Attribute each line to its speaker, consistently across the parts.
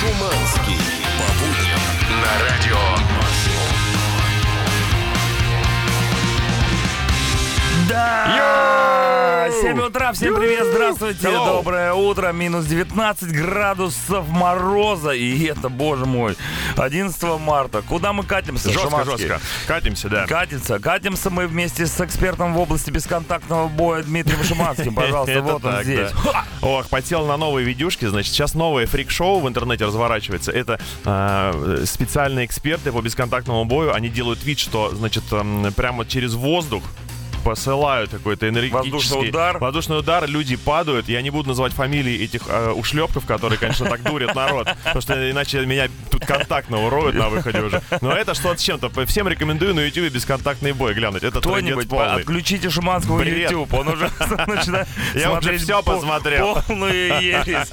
Speaker 1: Шуманский. По будням на радио.
Speaker 2: Да! 7 утра, всем привет, здравствуйте,
Speaker 3: Hello.
Speaker 2: доброе утро, минус 19 градусов мороза, и это, боже мой, 11 марта. Куда мы катимся,
Speaker 3: Жестко,
Speaker 2: Шуманский?
Speaker 3: жестко. Катимся, да.
Speaker 2: Катимся, катимся мы вместе с экспертом в области бесконтактного боя Дмитрием Шуманским, пожалуйста,
Speaker 3: Это
Speaker 2: вот он
Speaker 3: так,
Speaker 2: здесь.
Speaker 3: да. Ох, потел на новые видюшки. Значит, сейчас новое фрик-шоу в интернете разворачивается. Это э, специальные эксперты по бесконтактному бою. Они делают вид, что, значит, эм, прямо через воздух посылают какой-то энергетический...
Speaker 2: Воздушный удар.
Speaker 3: Воздушный удар, люди падают. Я не буду называть фамилии этих э, ушлепков, которые, конечно, так дурят народ. Потому что иначе меня тут контактно уроют на выходе уже. Но это что-то с чем-то. Всем рекомендую на YouTube бесконтактный бой глянуть. Это трындец
Speaker 2: Кто-нибудь,
Speaker 3: полный.
Speaker 2: отключите Шуманского
Speaker 3: Бред.
Speaker 2: YouTube, он уже начинает
Speaker 3: Я уже
Speaker 2: смотреть
Speaker 3: всё
Speaker 2: пол-
Speaker 3: посмотрел.
Speaker 2: Полную ересь.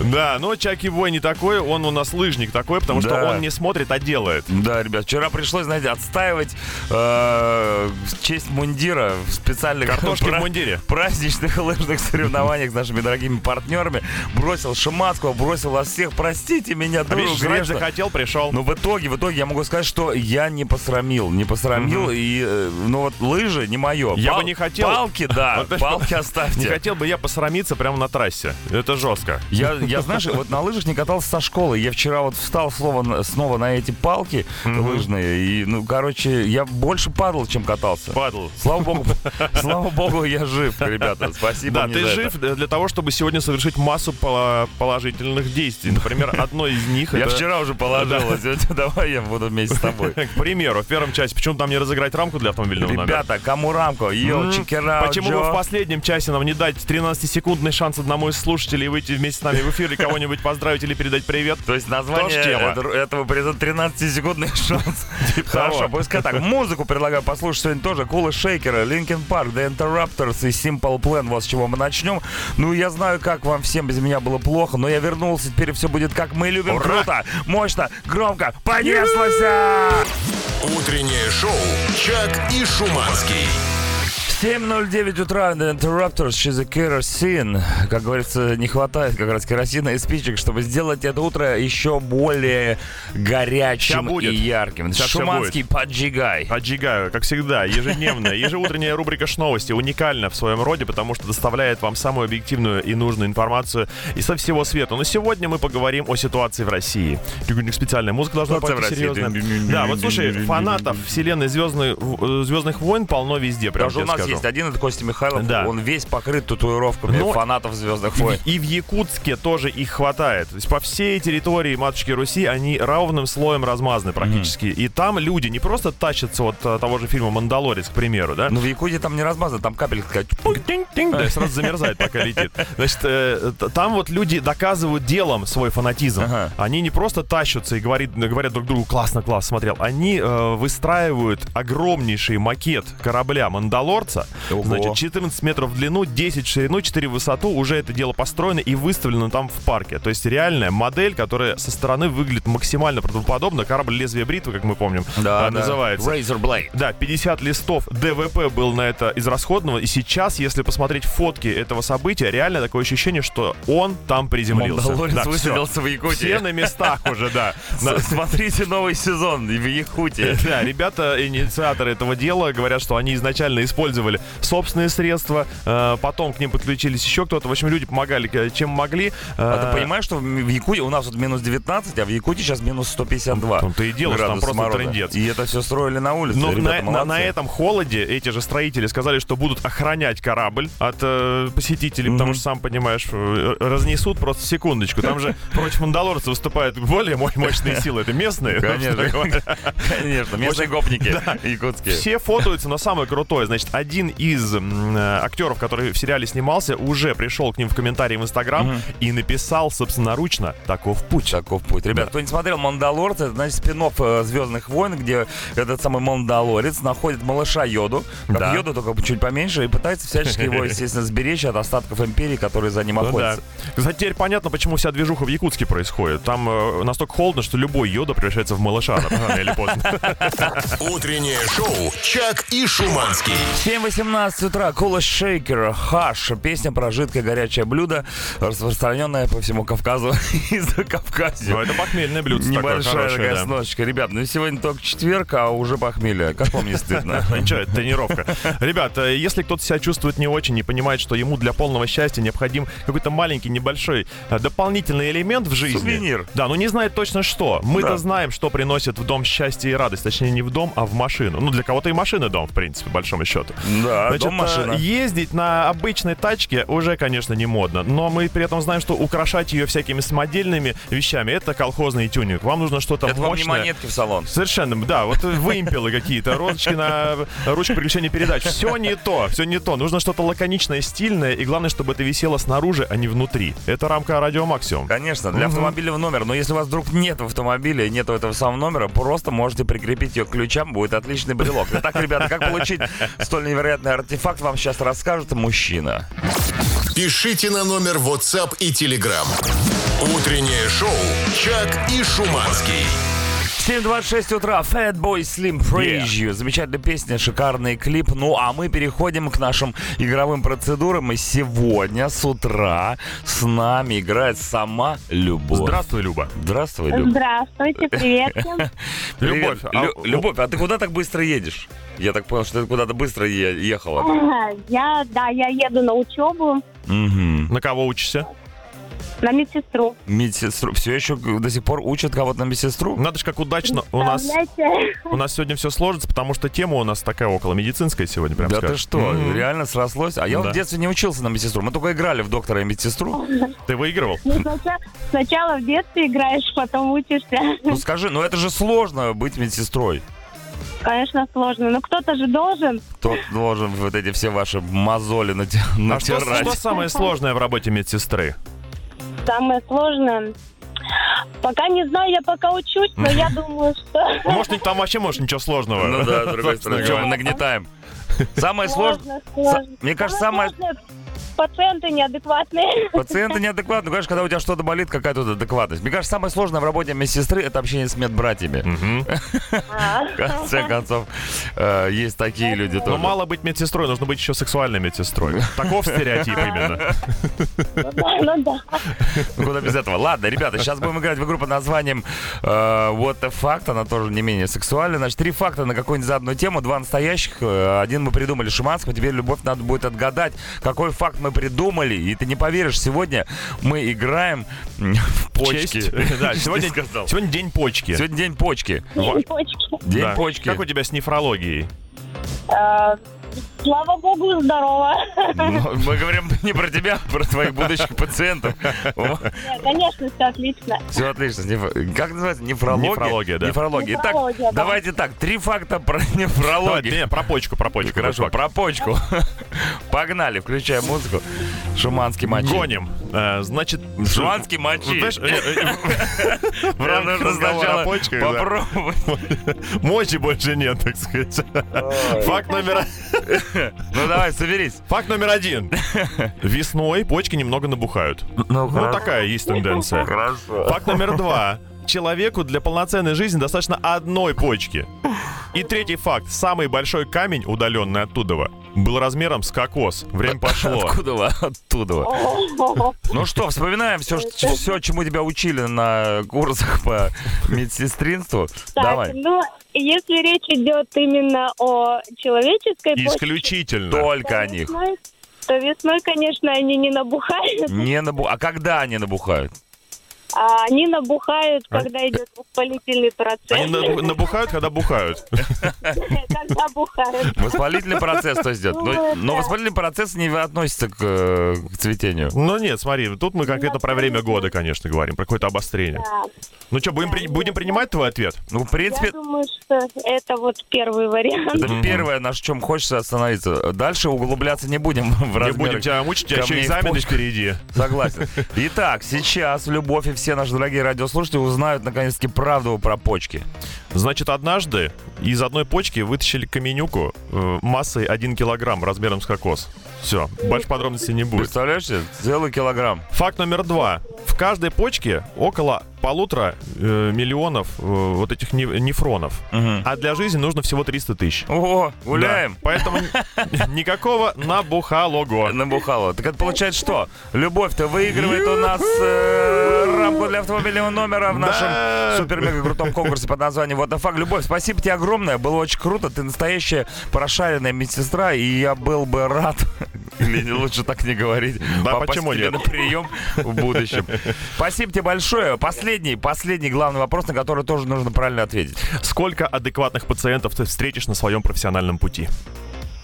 Speaker 3: Да, но Чаки Бой не такой, он у нас лыжник такой, потому что
Speaker 2: Да.
Speaker 3: он не смотрит, а делает.
Speaker 2: Да, ребят, вчера пришлось, знаете, отстаивать э, в честь мундира в специальных
Speaker 3: Картошки в
Speaker 2: пра-
Speaker 3: мундире.
Speaker 2: праздничных лыжных соревнованиях с нашими дорогими партнерами. Бросил Шимацкого, бросил вас всех. Простите меня,
Speaker 3: А
Speaker 2: дуру
Speaker 3: видишь, жрать
Speaker 2: грешно.
Speaker 3: захотел, пришел.
Speaker 2: Но в итоге, в итоге я могу сказать, что я не посрамил, не посрамил, и, э, ну вот лыжи не мое.
Speaker 3: Я бы не хотел.
Speaker 2: Палки, да,
Speaker 3: Вот знаешь,
Speaker 2: палки
Speaker 3: не
Speaker 2: оставьте.
Speaker 3: хотел бы я посрамиться прямо на трассе. Это жестко.
Speaker 2: Я, я, знаешь, вот на лыжах не катался со школы. Я вчера вот встал снова, на- снова на эти палки лыжные. И, ну, короче, я больше падал, чем катался.
Speaker 3: Падал.
Speaker 2: Слава богу, слава богу, я жив, ребята. Спасибо
Speaker 3: Да,
Speaker 2: мне
Speaker 3: ты
Speaker 2: за это.
Speaker 3: жив для того, чтобы сегодня совершить массу поло- положительных действий. Например, одно из них
Speaker 2: Я
Speaker 3: это-
Speaker 2: вчера уже положил, сегодня давай я буду вместе с тобой.
Speaker 3: К примеру, в первом часе, почему там не разыграть рамку для автомобильного номера?
Speaker 2: Ребята, кому рамку? Йоу,
Speaker 3: М,
Speaker 2: чекера,
Speaker 3: Почему бы в последнем часе нам не дать 13-секундный шанс одному из слушателей выйти вместе с нами в эфир и кого-нибудь поздравить или передать привет?
Speaker 2: То есть название
Speaker 3: Тоже тема. Типа
Speaker 2: этого- этого придет 13-секундный шанс.
Speaker 3: того.
Speaker 2: Хорошо, пускай так. Музыку предлагаю послушать сегодня тоже. Кула Шейкера, Линкен Парк, The Interrupters и Simple Plan. Вот с чего мы начнем. Ну, я знаю, как вам всем без меня было плохо, но я вернулся, теперь все будет как мы любим.
Speaker 3: Ура!
Speaker 2: Круто, мощно, громко, понеслось!
Speaker 1: Утреннее шоу «Чак и Шуманский».
Speaker 2: 7.09 утра, The Interrupters, She's a Kerosene. Как говорится, не хватает как раз керосина и спичек, чтобы сделать это утро еще более горячим
Speaker 3: Ща будет.
Speaker 2: и ярким.
Speaker 3: Ща всё
Speaker 2: Шуманский поджигай.
Speaker 3: Отжигаю, как всегда, ежедневно. Ежеутренняя рубрика «Ш «Новости» уникальна в своем роде, потому что доставляет вам самую объективную и нужную информацию и со всего света. Но сегодня мы поговорим о ситуации в России. Какая-нибудь Специальная музыка должна
Speaker 2: Ситуация
Speaker 3: быть
Speaker 2: в России.
Speaker 3: серьезная. Да, вот слушай, фанатов вселенной «Звездных, э, «Звездных войн» полно везде, прям
Speaker 2: Даже у
Speaker 3: тебе
Speaker 2: нас
Speaker 3: скажу.
Speaker 2: есть один, это Костя Михайлов,
Speaker 3: Да.
Speaker 2: он весь покрыт татуировками
Speaker 3: Но-
Speaker 2: фанатов «Звездных
Speaker 3: И в-
Speaker 2: войн».
Speaker 3: И в Якутске тоже их хватает. То есть по всей территории матушки Руси они равным слоем размазаны практически. И там люди не просто тащатся от э, того же фильма «Мандалорец», к примеру, да?
Speaker 2: Но Ну, в Якутии там не размазано, там капелька такая. чпунь.
Speaker 3: Тинь-тинь. Да, и сразу замерзает, пока летит. Значит, э, т- там вот люди доказывают делом свой фанатизм.
Speaker 2: Ага.
Speaker 3: Они не просто тащатся и говорит- говорят друг другу «классно, класс, смотрел». Они э, выстраивают огромнейший макет корабля «Мандалорца».
Speaker 2: Ого.
Speaker 3: Значит, 14 метров в длину, 10 в ширину, 4 в высоту. Уже это дело построено и выставлено там в парке. То есть реальная модель, которая со стороны выглядит максимально правдоподобно. Корабль «Лезвие бритвы», как мы помним, э, называется.
Speaker 2: Razor Blade.
Speaker 3: Да, 50 листов ДВП был на это из расходного, и сейчас, если посмотреть фотки этого события, реально такое ощущение, что он там приземлился.
Speaker 2: Мандалорец
Speaker 3: Да, всё.
Speaker 2: высадился в Якутии.
Speaker 3: Все на местах уже, да. На-
Speaker 2: С- Смотрите новый сезон в Якутии.
Speaker 3: Да, ребята, инициаторы этого дела, говорят, что они изначально использовали собственные средства, э, потом к ним подключились еще кто-то. В общем, люди помогали, э, чем могли.
Speaker 2: А
Speaker 3: Э,
Speaker 2: ты понимаешь, что в М- в Якутии у нас вот минус 19, а в Якутии сейчас минус 152.
Speaker 3: Ну, В том-то и дело, что там
Speaker 2: градуса
Speaker 3: просто
Speaker 2: мороза.
Speaker 3: трындец.
Speaker 2: И это все строили на улице.
Speaker 3: Э, Но
Speaker 2: ребята,
Speaker 3: на, на- на
Speaker 2: молодцы.
Speaker 3: этом холоде эти же строители сказали, что будут охранять корабль от э, посетителей, потому
Speaker 2: Мгм.
Speaker 3: что, сам понимаешь, э, разнесут просто секундочку. Там же против мандалорца выступают более мощ- мощные силы. Это местные.
Speaker 2: Конечно.
Speaker 3: собственно говоря.
Speaker 2: Конечно, местные гопники якутские.
Speaker 3: Все фотуются, но самое крутое, значит, один из м, э, актеров, который в сериале снимался, уже пришел к ним в комментарии в Инстаграм и написал собственноручно «Таков путь».
Speaker 2: Таков путь. Ребят, кто не смотрел «Мандалорца», это, значит, спин «Звездных войн», где этот самый Мандалорец находит малыша Йоду, как
Speaker 3: Да.
Speaker 2: Йоду, только чуть поменьше, и пытается всячески его, естественно, сберечь от остатков Империи, которые за ним
Speaker 3: Ну да.
Speaker 2: охотятся.
Speaker 3: Кстати, теперь понятно, почему вся движуха в Якутске происходит. Там э, настолько холодно, что любой йода превращается в малыша рано или поздно.
Speaker 1: Утреннее шоу «Чак и Шуманский».
Speaker 2: 7.18 18 утра. Кола Шейкера, Хаш. Песня про жидкое горячее блюдо, распространенное по всему Кавказу и за Кавказью.
Speaker 3: Ну, это похмельное блюдо такое
Speaker 2: Небольшая
Speaker 3: хорошее,
Speaker 2: такая
Speaker 3: да.
Speaker 2: сносочка. Ребят, ну сегодня только четверг, а уже похмелье. Как вам не стыдно?
Speaker 3: Ну ничего, это тренировка. Ребят, э, если кто-то себя чувствует не очень и понимает, что ему для полного счастья необходим какой-то маленький, небольшой э, дополнительный элемент в жизни.
Speaker 2: Сувенир.
Speaker 3: Да, но не знает точно что. Мы-то
Speaker 2: Да.
Speaker 3: знаем, что приносит в дом счастье и радость. Точнее, не в дом, а в машину. Ну, для кого-то и машина дом, в принципе, по большому счету.
Speaker 2: Да,
Speaker 3: Значит,
Speaker 2: А дом машина.
Speaker 3: э, ездить на обычной тачке уже, конечно, не модно, но мы при этом знаем, что украшать ее всякими самодельными вещами это колхозный тюнинг. Вам нужно что-то
Speaker 2: Это вам не
Speaker 3: мощное.
Speaker 2: монетки в салон.
Speaker 3: Совершенно, да, вот вымпелы какие-то, розочки на ручку переключения передач. Все не то, все не то. Нужно что-то лаконичное, стильное, и главное, чтобы это висело снаружи, а не внутри. Это рамка радио максимум.
Speaker 2: Конечно, для
Speaker 3: Мгм.
Speaker 2: автомобиля в номер. Но если у вас вдруг нет в автомобиле, и нет этого самого номера, просто можете прикрепить ее к ключам, будет отличный брелок. Итак, ребята, как получить столь невероятный артефакт, вам сейчас расскажет мужчина.
Speaker 1: Пишите на номер WhatsApp и Telegram. Утреннее шоу «Чак и Шуманский».
Speaker 2: 7.26 утра, Fatboy Slim Praise You. Замечательная песня, шикарный клип. Ну, а мы переходим к нашим игровым процедурам. И сегодня с утра с нами играет сама Любовь.
Speaker 3: Здравствуй, Люба.
Speaker 2: Здравствуй, Любовь.
Speaker 4: Здравствуйте, привет всем.
Speaker 2: Привет.
Speaker 3: Любовь, а-
Speaker 2: Лю- Любовь, а ты куда так быстро едешь? Я так понял, что ты куда-то быстро е- ехала.
Speaker 4: Я, да, я еду на учебу,
Speaker 2: Угу.
Speaker 3: На кого учишься?
Speaker 4: на медсестру.
Speaker 2: Медсестру. Все еще до сих пор учат кого-то на медсестру?
Speaker 3: Надо же, как удачно у нас...
Speaker 4: Представляете?
Speaker 3: У нас сегодня все сложится, потому что тема у нас такая около медицинская сегодня, прям
Speaker 2: да
Speaker 3: скажем.
Speaker 2: ты что,
Speaker 3: М,
Speaker 2: реально срослось? А я вот
Speaker 3: Да.
Speaker 2: в детстве не учился на медсестру. Мы только играли в доктора и медсестру.
Speaker 3: Ты выигрывал?
Speaker 4: Ну, сначала, сначала в детстве играешь, потом учишься.
Speaker 2: Ну скажи, ну это же сложно быть медсестрой.
Speaker 4: Конечно, сложно. Но кто-то же должен.
Speaker 2: Тот должен вот эти все ваши мозоли нати-
Speaker 3: А что,
Speaker 2: натирать.
Speaker 3: что самое сложное в работе медсестры?
Speaker 4: Самое сложное. Пока не знаю, я пока учусь, но я думаю, что
Speaker 3: Может, там вообще может ничего сложного.
Speaker 2: Ну да, с другой
Speaker 3: Собственно
Speaker 2: стороны, чё мы
Speaker 3: говоря.
Speaker 2: нагнетаем. Самое сложное...
Speaker 4: сложно, сложно.
Speaker 2: Мне кажется, самое...
Speaker 4: сложное, Пациенты неадекватные.
Speaker 2: Пациенты неадекватны. Ну, конечно, когда у тебя что-то болит, какая тут адекватность. Мне кажется, самое сложное в работе медсестры – это общение с медбратьями.
Speaker 3: Мгм.
Speaker 4: А.
Speaker 2: В конце концов, э, есть такие люди
Speaker 3: Но
Speaker 2: тоже.
Speaker 3: мало быть медсестрой, нужно быть еще сексуальной медсестрой. Таков стереотип именно.
Speaker 4: Ну да, ну да.
Speaker 2: Ну, куда без этого. Ладно, ребята, сейчас будем играть в игру под названием э, What the Fact. Она тоже не менее сексуальна. Значит, три факта на какую-нибудь заданную тему. Два настоящих. э, Один мы придумали Шуманского. Теперь, Любовь, надо будет отгадать, какой факт мы придумали. И ты не поверишь, сегодня мы играем м, в почки.
Speaker 3: Честь. Да,
Speaker 2: Что
Speaker 3: сегодня,
Speaker 2: ты сказал.
Speaker 3: сегодня день почки.
Speaker 2: Сегодня день почки.
Speaker 3: Во-
Speaker 4: Почки.
Speaker 2: День
Speaker 3: Да.
Speaker 2: почки.
Speaker 3: Как у тебя с нефрологией?
Speaker 4: Э, Слава богу, здорово.
Speaker 2: Ну, Мы говорим не про тебя, а про твоих будущих пациентов.
Speaker 4: Нет, Конечно, все отлично.
Speaker 2: Все отлично. Неф- Как называется? Нефрология?
Speaker 3: Нефрология, да.
Speaker 2: Нефрология. Итак,
Speaker 4: Нефрология, да.
Speaker 2: давайте так. Три факта про
Speaker 3: Давай,
Speaker 2: нефрологию.
Speaker 3: не, про почку, про почку.
Speaker 2: Хорошо,
Speaker 3: Давай,
Speaker 2: про почку. Погнали, включаем музыку. Шуманский
Speaker 3: чувак.
Speaker 2: мачи.
Speaker 3: Гоним. Э, Значит,
Speaker 2: Шуманский мочи.
Speaker 3: Знаешь, э, э, в
Speaker 2: Прям
Speaker 3: рамках
Speaker 2: нужно
Speaker 3: разговора
Speaker 2: сначала
Speaker 3: о почках, да.
Speaker 2: попробовать.
Speaker 3: мочи больше нет, так сказать. Факт номер, о-
Speaker 2: Ну давай, соберись.
Speaker 3: факт номер один. Весной почки немного набухают.
Speaker 2: Ну,
Speaker 3: Ну, такая есть тенденция.
Speaker 2: Хорошо.
Speaker 3: Факт номер два. Человеку для полноценной жизни достатно одной почки. И третий факт. Самый большой камень, удаленный оттуда, был размером с кокос. Время пошло.
Speaker 2: Откуда вы? Оттуда.
Speaker 4: О,
Speaker 2: Ну что, вспоминаем все, все, чему тебя учили на курсах по медсестринству.
Speaker 4: Так,
Speaker 2: Давай.
Speaker 4: ну, если речь идет именно о человеческой почте,
Speaker 3: Исключительно.
Speaker 2: Только о них.
Speaker 4: весной, то весной, конечно, они не набухают.
Speaker 2: Не набу... А когда они набухают?
Speaker 4: А они набухают,
Speaker 3: А-
Speaker 4: когда идет воспалительный процесс.
Speaker 3: Они на- набухают, когда бухают.
Speaker 4: Когда бухают.
Speaker 2: Воспалительный процесс то есть идет. Но,
Speaker 4: Ну,
Speaker 2: но
Speaker 4: да.
Speaker 2: воспалительный процесс не относится к, э, к цветению.
Speaker 3: Ну нет, смотри, тут мы конкретно про время года, конечно, говорим, про какое-то обострение.
Speaker 4: Да.
Speaker 3: Ну что, будем, при- будем принимать твой ответ?
Speaker 2: Ну, в
Speaker 4: Я
Speaker 2: принципе,
Speaker 4: думаю, что это вот первый вариант.
Speaker 2: это первое, на чем хочется остановиться. Дальше углубляться не будем в
Speaker 3: Не
Speaker 2: размеры.
Speaker 3: будем тебя мучить, у тебя еще
Speaker 2: камней в
Speaker 3: экзамены
Speaker 2: почках.
Speaker 3: впереди.
Speaker 2: Согласен. Итак, сейчас Любовь и все наши дорогие радиослушатели узнают наконец-таки правду про почки.
Speaker 3: Значит, однажды из одной почки вытащили каменюку э, массой 1 килограмм размером с кокос. Все, больше подробностей не будет.
Speaker 2: Представляешь себе? Целый килограмм.
Speaker 3: Факт номер два. В каждой почке около полутора э, миллионов э, вот этих нев- нефронов.
Speaker 2: Мгм.
Speaker 3: А для жизни нужно всего 300 тысяч.
Speaker 2: О,
Speaker 3: Да.
Speaker 2: гуляем.
Speaker 3: Поэтому ни- никакого набухалого.
Speaker 2: Набухало. Так это получается что? Любовь-то выигрывает у нас э, рамку для автомобильного номера в нашем
Speaker 3: Да.
Speaker 2: супер-мега-крутом конкурсе под названием «What the fuck?». Любовь, спасибо тебе огромное. Было очень круто. Ты настоящая прошаренная медсестра, и я был бы рад, или не- лучше так не говорить,
Speaker 3: Да
Speaker 2: попасть
Speaker 3: почему
Speaker 2: к тебе
Speaker 3: нет?
Speaker 2: на прием в будущем. Спасибо тебе большое. Последний, последний главный вопрос, на который тоже нужно правильно ответить.
Speaker 3: Сколько адекватных пациентов ты встретишь на своем профессиональном пути?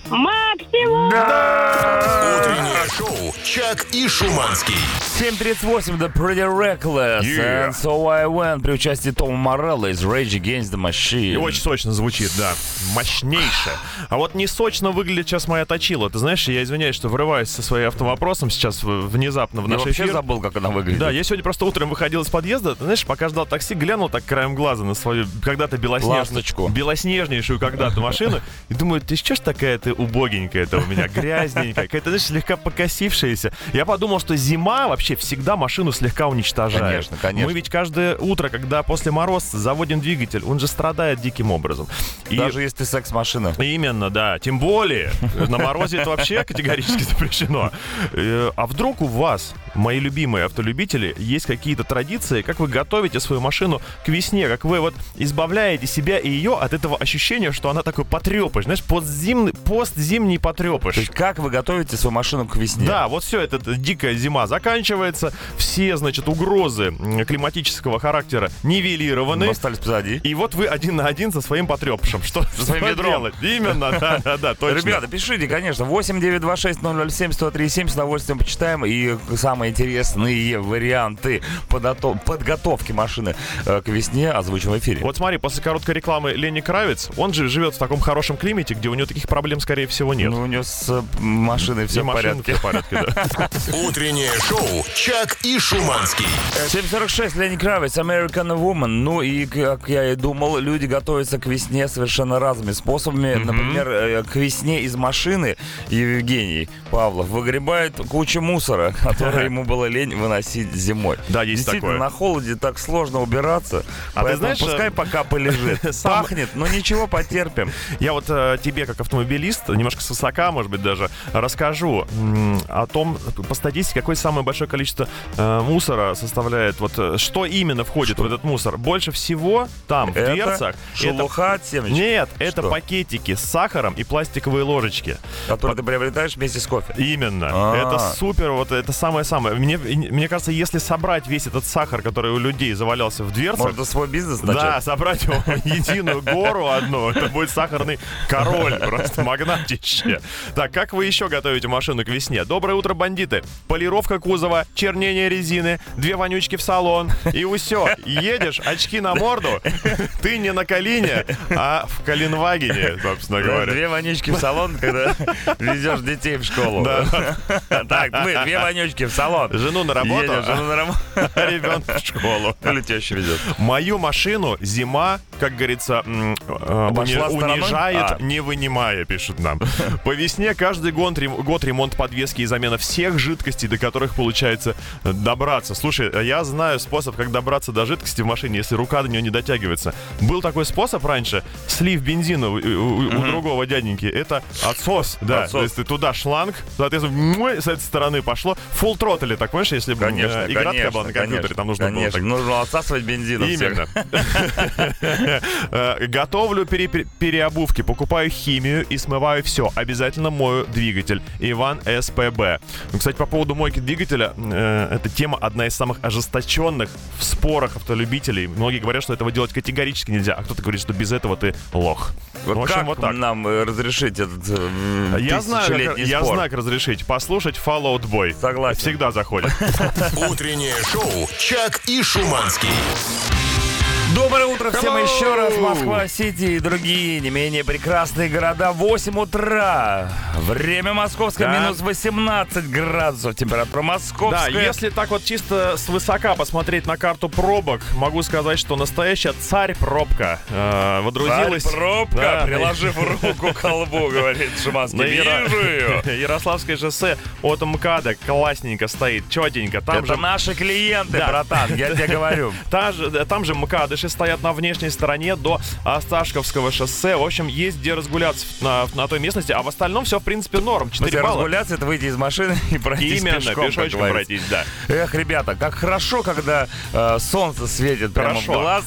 Speaker 4: Максимум!
Speaker 1: Утреннее шоу «Чак и Шуманский».
Speaker 2: 7.38, The Pretty Reckless, and
Speaker 3: Yeah.
Speaker 2: So I Went, при участии Тома Морелла из Rage Against the Machine.
Speaker 3: И очень сочно звучит, да. Мощнейше. А вот не сочно выглядит сейчас моя точила. Ты знаешь, я извиняюсь, что вырываюсь со своим автовопросом сейчас в- внезапно в
Speaker 2: Я
Speaker 3: наш
Speaker 2: вообще
Speaker 3: эфир.
Speaker 2: забыл, как она выглядит.
Speaker 3: Да, я сегодня просто утром выходил из подъезда, ты знаешь, пока ждал такси, глянул так краем глаза на свою когда-то белоснежную,
Speaker 2: Ласточку.
Speaker 3: белоснежнейшую когда-то машину, и думаю, ты что ж такая ты убогенькая-то у меня, грязненькая, какая-то, знаешь, слегка покосившаяся. Я подумал, что зима вообще всегда машину слегка уничтожает.
Speaker 2: Конечно, конечно.
Speaker 3: Мы ведь каждое утро, когда после мороз заводим двигатель, он же страдает диким образом. И-
Speaker 2: Даже если ты секс-машина.
Speaker 3: Именно, да. Тем более, на морозе это вообще категорически запрещено. Э, А вдруг у вас, мои любимые автолюбители, есть какие-то традиции, как вы готовите свою машину к весне, как вы вот избавляете себя и ее от этого ощущения, что она такой потрепыш, знаешь, постзимный, постзимний
Speaker 2: То
Speaker 3: потрепыш.
Speaker 2: есть как вы готовите свою машину к весне?
Speaker 3: Да, вот все, эта дикая зима заканчивается, все, значит, угрозы м, климатического характера нивелированы.
Speaker 2: Мы остались позади.
Speaker 3: ну И вот вы один на один со своим потрепшим. Что, что
Speaker 2: своим ведром.
Speaker 3: делать? Именно, да, да, да, точно.
Speaker 2: Ребята, пишите, конечно, 8926-007-1037, с удовольствием почитаем. И самые интересные варианты подото- подготовки машины э, к весне озвучим в эфире.
Speaker 3: Вот смотри, после короткой рекламы Лени Кравец, он же живет в таком хорошем климате, где у него таких проблем, скорее всего, нет.
Speaker 2: Ну, у нее с э, машиной все
Speaker 3: И
Speaker 2: в
Speaker 3: машин
Speaker 2: порядке.
Speaker 3: всё в порядке, да.
Speaker 1: Утреннее шоу «Чак и Шуманский».
Speaker 2: 7.46, Лени Кравец, American Woman. Ну и, как я и думал, люди готовятся к весне совершенно разными способами. Например, э, к весне из машины Евгений Павлов выгребает кучу мусора, который ему было лень выносить зимой.
Speaker 3: Да, есть
Speaker 2: Действительно,
Speaker 3: такое.
Speaker 2: на холоде так сложно убираться.
Speaker 3: А ты
Speaker 2: поэтому
Speaker 3: знаешь,
Speaker 2: пускай
Speaker 3: э,
Speaker 2: пока полежит.
Speaker 3: сам-
Speaker 2: Пахнет, но ничего, потерпим.
Speaker 3: Я вот э, тебе, как автомобилист, немножко с высока, может быть, даже, расскажу м, о том, по статистике, какое самое большое количество э, мусора составляет, вот э, что именно входит в этот мусор. Больше всего там, в
Speaker 2: Это
Speaker 3: дверцах, это...
Speaker 2: шелуха от семечек,
Speaker 3: Нет, это
Speaker 2: Что?
Speaker 3: пакетики с сахаром и пластиковые ложечки.
Speaker 2: который ты приобретаешь вместе с кофе.
Speaker 3: Именно.
Speaker 2: А.
Speaker 3: Это супер, вот это самое-самое. Мне, мне кажется, если собрать весь этот сахар, который у людей завалялся в дверцах,
Speaker 2: Можно свой бизнес
Speaker 3: да,
Speaker 2: начать.
Speaker 3: собрать его в единую гору одну, это будет сахарный король, просто магнатище. Так, как вы еще готовите машину к весне? Доброе утро, бандиты. Полировка кузова, чернение резины, две вонючки в салон, и все. Едешь, очки на морду, ты не на Калине, а в Калинвагене, собственно говоря.
Speaker 2: Две вонючки в салон, когда везешь детей в школу.
Speaker 3: Да.
Speaker 2: Так, мы две вонючки в салон.
Speaker 3: Жену на работу,
Speaker 2: Едешь, жену на работу.
Speaker 3: а ребенка в школу.
Speaker 2: Или теща ведет.
Speaker 3: Мою машину зима, как говорится, м, э, уни-
Speaker 2: Обошла стороной?
Speaker 3: унижает,
Speaker 2: А.
Speaker 3: не вынимая, пишут нам. По весне каждый год, рем- год ремонт подвески и замена всех жидкостей, до которых получается э, добраться. Слушай, а я знаю способ, как добраться до жидкости в машине, если рука до нее не дотягивается. Был такой способ раньше, слив бензина у, у- у другого дяденьки. Это отсос, да.
Speaker 2: Отсос.
Speaker 3: То есть ты туда шланг, соответственно, муэ, с этой стороны пошло. Full throttle, так понимаешь, если бы э,
Speaker 2: Конечно,
Speaker 3: игра такая
Speaker 2: конечно,
Speaker 3: была на компьютере, там нужно было
Speaker 2: конечно.
Speaker 3: так
Speaker 2: Нужно отсасывать бензин. у всех.
Speaker 3: Именно. Э, Готовлю пере- пере- переобувки, покупаю химию и смываю все. Обязательно мою двигатель. Иван СПБ. Ну, Кстати, по поводу мойки двигателя, э, эта тема одна из самых ожесточенных в спорах автолюбителей. Многие говорят, что этого делать категорически нельзя, а кто-то говорит, что без этого ты лох.
Speaker 2: Вот
Speaker 3: Ну, в общем,
Speaker 2: как
Speaker 3: вот так.
Speaker 2: нам э, разрешить этот э,
Speaker 3: Я знаю, как-
Speaker 2: тысячелетний
Speaker 3: я
Speaker 2: спор?
Speaker 3: знаю, как разрешить. Послушать Fallout Boy.
Speaker 2: Согласен.
Speaker 3: Всегда заходит.
Speaker 1: Утреннее шоу «Чак и Шуманский».
Speaker 2: Доброе утро всем
Speaker 3: Hello.
Speaker 2: еще раз. Москва-Сити и другие не менее прекрасные города. 8 утра. Время московское.
Speaker 3: Да.
Speaker 2: Минус 18 градусов. Температура
Speaker 3: Да,
Speaker 2: московская.
Speaker 3: если так вот чисто свысока посмотреть на карту пробок, могу сказать, что настоящая царь-пробка э, водрузилась.
Speaker 2: Царь пробка,
Speaker 3: Да, Ну на-
Speaker 2: приложив руку к колбу, говорит Шуманский.
Speaker 3: на Яро-
Speaker 2: Вижу ее.
Speaker 3: Ярославское шоссе от МКАДа классненько стоит, четенько. Там
Speaker 2: Это
Speaker 3: же
Speaker 2: наши клиенты,
Speaker 3: Да.
Speaker 2: братан, я тебе говорю.
Speaker 3: Та же- там же МКАДыши стоят на внешней стороне до Осташковского шоссе. В общем, есть где разгуляться на, на той местности, а в остальном все, в принципе, норм. 4
Speaker 2: Если
Speaker 3: балла.
Speaker 2: разгуляться, это выйти из машины и пройтись
Speaker 3: Именно,
Speaker 2: пешком, как
Speaker 3: пешочком
Speaker 2: говорится.
Speaker 3: пройтись, да.
Speaker 2: Эх, ребята, как хорошо, когда э, солнце светит прямо в
Speaker 3: Хорошо.
Speaker 2: глаз.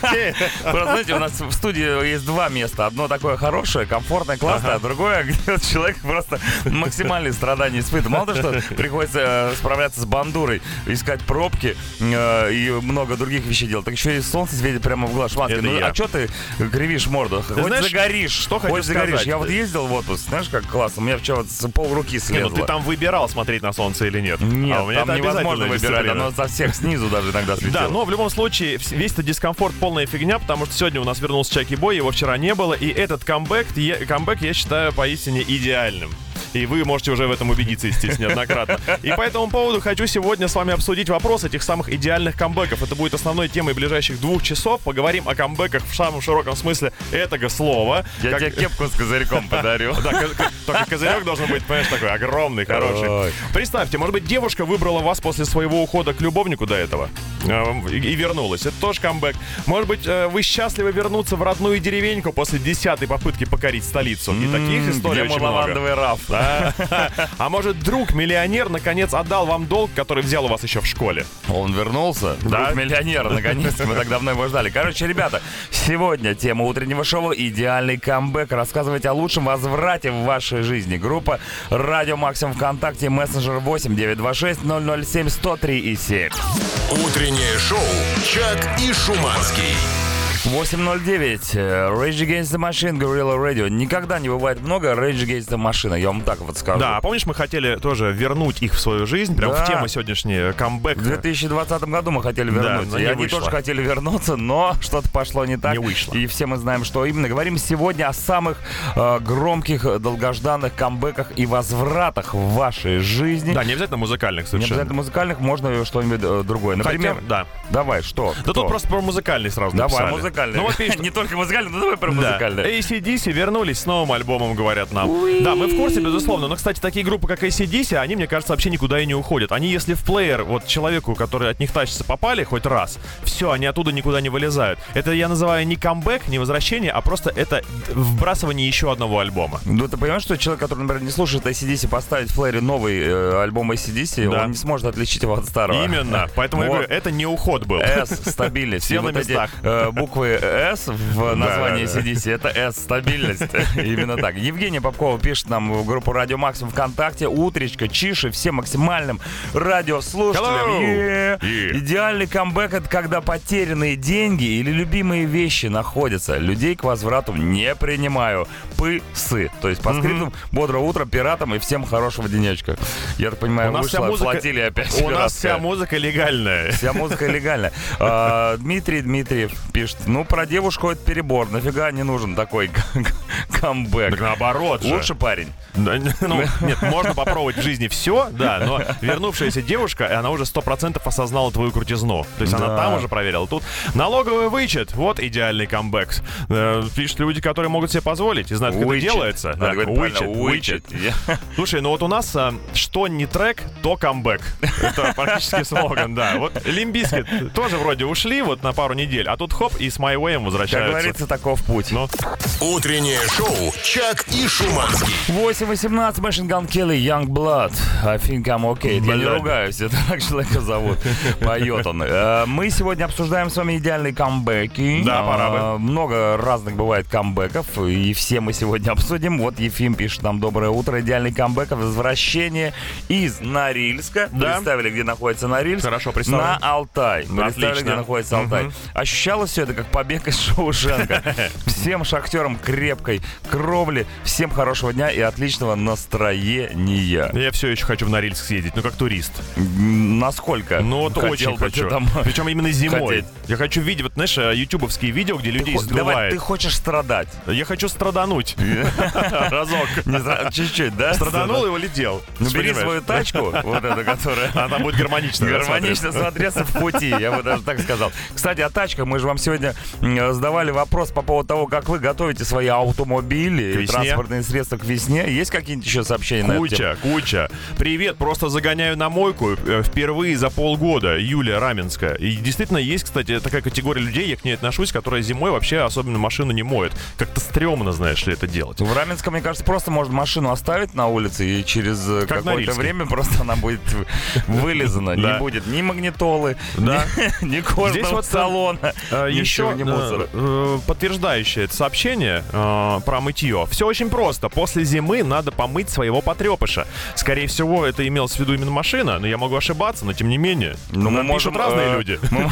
Speaker 2: Просто, знаете, у нас в студии есть два места. Одно такое хорошее, комфортное, классное, а другое, где человек просто максимальные страдания испытывает. Мало того, что приходится э, справляться с бандурой, искать пробки э, и много других вещей делать. Так еще и солнце светит прямо в глаз. Шманский,
Speaker 3: Это
Speaker 2: ну
Speaker 3: я.
Speaker 2: а что ты кривишь морду? Хоть
Speaker 3: знаешь,
Speaker 2: загоришь.
Speaker 3: что
Speaker 2: хоть
Speaker 3: хочу
Speaker 2: загоришь. Я
Speaker 3: сказать?
Speaker 2: вот ездил в отпуск, знаешь, как классно. У меня вчера вот с полруки
Speaker 3: Не,
Speaker 2: слезло.
Speaker 3: ну ты там выбирал, смотреть на солнце или нет.
Speaker 2: Нет,
Speaker 3: а у меня
Speaker 2: там
Speaker 3: это
Speaker 2: невозможно
Speaker 3: обязательная
Speaker 2: выбирать,
Speaker 3: дисциплина.
Speaker 2: оно со всех снизу даже иногда светило.
Speaker 3: Да, ну, но в любом случае, вс- весь этот дискомфорт полная фигня, потому что сегодня у нас вернулся Чаки Бой, его вчера не было, и этот камбэк, я- камбэк я считаю поистине идеальным. И вы можете уже в этом убедиться, естественно, неоднократно. И по этому поводу хочу сегодня с вами обсудить вопрос этих самых идеальных камбэков. Это будет основной темой ближайших двух часов. Поговорим о камбэках в самом широком смысле этого слова.
Speaker 2: Я
Speaker 3: Как-
Speaker 2: тебе кепку с козырьком подарю.
Speaker 3: да, ко- ко- только козырек должен быть, понимаешь, такой огромный, хороший.
Speaker 2: Ой.
Speaker 3: Представьте, может быть, девушка выбрала вас после своего ухода к любовнику до этого э, и и вернулась. Это тоже камбэк. Может быть, э, вы счастливы вернуться в родную деревеньку после десятой попытки покорить столицу. И таких
Speaker 2: Где
Speaker 3: историй
Speaker 2: мой
Speaker 3: очень много.
Speaker 2: лавандовый раф?
Speaker 3: Да. А может, друг-миллионер наконец отдал вам долг, который взял у вас еще в школе?
Speaker 2: Он вернулся,
Speaker 3: Да.
Speaker 2: друг миллионера, наконец-то, мы так давно его ждали. Короче, ребята, сегодня тема утреннего шоу «Идеальный камбэк». Рассказывать о лучшем возврате в вашей жизни. Группа «Радио Максим ВКонтакте», мессенджер 8 926 007 103 и 7.
Speaker 1: Утреннее шоу «Чак и Шуманский».
Speaker 2: 8.09. э, Rage Against the Machine, Gorilla Radio. Никогда не бывает много Rage Against the Machine, я вам так вот скажу.
Speaker 3: Да, а помнишь, мы хотели тоже вернуть их в свою жизнь, прям
Speaker 2: Да.
Speaker 3: в тему сегодняшней э, камбэк.
Speaker 2: В 2020 году мы хотели
Speaker 3: Да,
Speaker 2: вернуться.
Speaker 3: но
Speaker 2: и
Speaker 3: не
Speaker 2: они
Speaker 3: вышло.
Speaker 2: тоже хотели вернуться, но что-то пошло не так.
Speaker 3: Не вышло.
Speaker 2: И все мы знаем, что именно. Говорим сегодня о самых э, громких, э, долгожданных камбэках и возвратах в вашей жизни.
Speaker 3: Да, не обязательно музыкальных
Speaker 2: не
Speaker 3: совершенно.
Speaker 2: обязательно музыкальных, можно что-нибудь э, другое. Например,
Speaker 3: Хотя- да.
Speaker 2: давай, что?
Speaker 3: Да
Speaker 2: Кто?
Speaker 3: тут просто про музыкальный сразу
Speaker 2: Давай,
Speaker 3: написали.
Speaker 2: музыкальный.
Speaker 3: Ну вот видишь,
Speaker 2: не только музыкальный, но давай про
Speaker 3: Да.
Speaker 2: музыкальный.
Speaker 3: ACDC вернулись с новым альбомом, говорят нам. Да, мы в курсе, безусловно. Но, кстати, такие группы, как ACDC, они, мне кажется, вообще никуда и не уходят. Они, если в плеер, вот человеку, который от них тащится, попали хоть раз, все, они оттуда никуда не вылезают. Это я называю не камбэк, не возвращение, а просто это вбрасывание еще одного альбома.
Speaker 2: Ну, ты понимаешь, что человек, который, например, не слушает ACDC, поставить в плеере новый э, альбом ACDC,
Speaker 3: Да.
Speaker 2: он не сможет отличить его от старого.
Speaker 3: Именно. Поэтому я
Speaker 2: Вот. Э,
Speaker 3: говорю, это не уход был.
Speaker 2: С стабильность.
Speaker 3: Все
Speaker 2: И
Speaker 3: на
Speaker 2: вот
Speaker 3: местах.
Speaker 2: Эти, э, буквы С в названии
Speaker 3: да, да.
Speaker 2: CDC это С стабильность. Именно так. Евгения Попкова пишет нам в группу Радио Максим ВКонтакте. Утречка, чиши, всем максимальным радиослушателям.
Speaker 3: Hello.
Speaker 2: Е.
Speaker 3: Yeah.
Speaker 2: Идеальный камбэк это когда потерянные деньги или любимые вещи находятся. Людей к возврату не принимаю. Пысы. То есть по скриптам бодрое утро пиратам и всем хорошего денечка. Я так понимаю,
Speaker 3: У нас вся
Speaker 2: вышла
Speaker 3: музыка-
Speaker 2: флотилия опять.
Speaker 3: У нас
Speaker 2: пиратская.
Speaker 3: вся музыка легальная.
Speaker 2: Вся музыка легальна. А, Дмитрий Дмитриев пишет, ну про девушку это перебор, нафига не нужен такой к- к-
Speaker 3: Так
Speaker 2: камбэк.
Speaker 3: наоборот же.
Speaker 2: Лучше парень.
Speaker 3: Да, не- Ну, нет, можно попробовать в жизни все, да, но вернувшаяся девушка, она уже 100% осознала твою крутизну. То есть она
Speaker 2: Да.
Speaker 3: там уже проверила. Тут налоговый вычет, вот идеальный камбэк. Э, Пишут люди, которые могут себе позволить и знают, как это
Speaker 2: Вычет.
Speaker 3: делается.
Speaker 2: Надо говорить
Speaker 3: вычет,
Speaker 2: правильно,
Speaker 3: вычет.
Speaker 2: вычет.
Speaker 3: Слушай, ну вот у нас а, что не трек, то камбэк. Это практически слоган, да. Вот Лимбиски тоже вроде ушли вот на пару недель, а тут хоп и с Майвеем
Speaker 2: Как
Speaker 3: возвращаются.
Speaker 2: говорится, таков путь.
Speaker 3: Ну,
Speaker 1: Утреннее шоу «Чак и Шуманский».
Speaker 2: 8.18, Machine Gun Kelly, Young Blood, I think I'm okay. Я не
Speaker 3: Блядь.
Speaker 2: ругаюсь, это так человека зовут. Поет он. Э, Мы сегодня обсуждаем с вами идеальные камбэки.
Speaker 3: Да,
Speaker 2: Э,
Speaker 3: пора бы.
Speaker 2: Много разных бывает камбэков, и все мы сегодня обсудим. Вот Ефим пишет нам «Доброе утро, идеальный камбэк, возвращение из Норильска».
Speaker 3: Да.
Speaker 2: Представили, где находится Норильск.
Speaker 3: Хорошо, представлю.
Speaker 2: На Алтай. Представили,
Speaker 3: Отлично.
Speaker 2: где находится Алтай.
Speaker 3: Мгм.
Speaker 2: Ощущалось все это как побег из Шоушенка. Всем шахтерам крепкой кровли, всем хорошего дня и отличного настроения.
Speaker 3: Я все еще хочу в Норильск съездить, ну как турист.
Speaker 2: М, Насколько?
Speaker 3: Ну вот
Speaker 2: хотел
Speaker 3: очень
Speaker 2: бы ты
Speaker 3: хочу.
Speaker 2: домой?
Speaker 3: Причем именно зимой.
Speaker 2: Хотеть.
Speaker 3: Я хочу видеть, вот знаешь, э, ютубовские видео, где людей
Speaker 2: Хо- Давай,
Speaker 3: сдувает.
Speaker 2: ты хочешь страдать.
Speaker 3: Я хочу страдануть. Разок.
Speaker 2: Не знаю, Чуть-чуть, да?
Speaker 3: Страданул и улетел.
Speaker 2: Ну, бери
Speaker 3: Понимаешь?
Speaker 2: свою тачку, вот эту, которая...
Speaker 3: Она будет гармонично.
Speaker 2: Гармонично смотреться в пути, я бы даже так сказал. Кстати, о тачках. Мы же вам сегодня м, задавали вопрос по поводу того, как вы готовите свои автомобили
Speaker 3: К
Speaker 2: и
Speaker 3: весне.
Speaker 2: транспортные средства к весне. Есть какие-нибудь еще сообщения на эту тему?
Speaker 3: Куча, куча. Привет, просто загоняю на мойку э, впервые за полгода. Юлия Раменская. И действительно есть, кстати, такая категория людей, я к ней отношусь, которая зимой вообще особенно машину не моет. Как-то стрёмно, знаешь ли, это делать.
Speaker 2: В Раменском, мне кажется, просто можно машину оставить на улице, и через э,
Speaker 3: Как на
Speaker 2: какое-то
Speaker 3: Рильске.
Speaker 2: время просто она будет вылезана. Не
Speaker 3: Да.
Speaker 2: будет ни магнитолы,
Speaker 3: Да.
Speaker 2: ни- ни кожного
Speaker 3: вот, э,
Speaker 2: салона,
Speaker 3: Еще
Speaker 2: ничего, ни мусора.
Speaker 3: подтверждающее это сообщение э, про мытье. Все очень просто. После зимы надо помыть своего потрепыша. Скорее всего, это имелось в виду именно машина, но я могу ошибаться, но тем не менее.
Speaker 2: Ну,
Speaker 3: Нам пишут разные
Speaker 2: э,
Speaker 3: люди.
Speaker 2: Мы,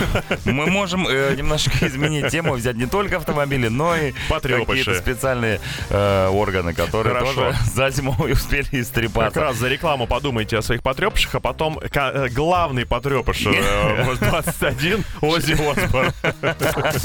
Speaker 2: мы можем э, немножко изменить тему, взять не только автомобили, но и
Speaker 3: Потрёпыши.
Speaker 2: какие-то специальные э, органы, которые
Speaker 3: Хорошо.
Speaker 2: тоже за зиму успели
Speaker 3: Как
Speaker 2: истрепаться.
Speaker 3: раз за рекламу подумайте о своих потрепших, а потом ка- э, главный э, потрепыш 21 Оззи Осборн.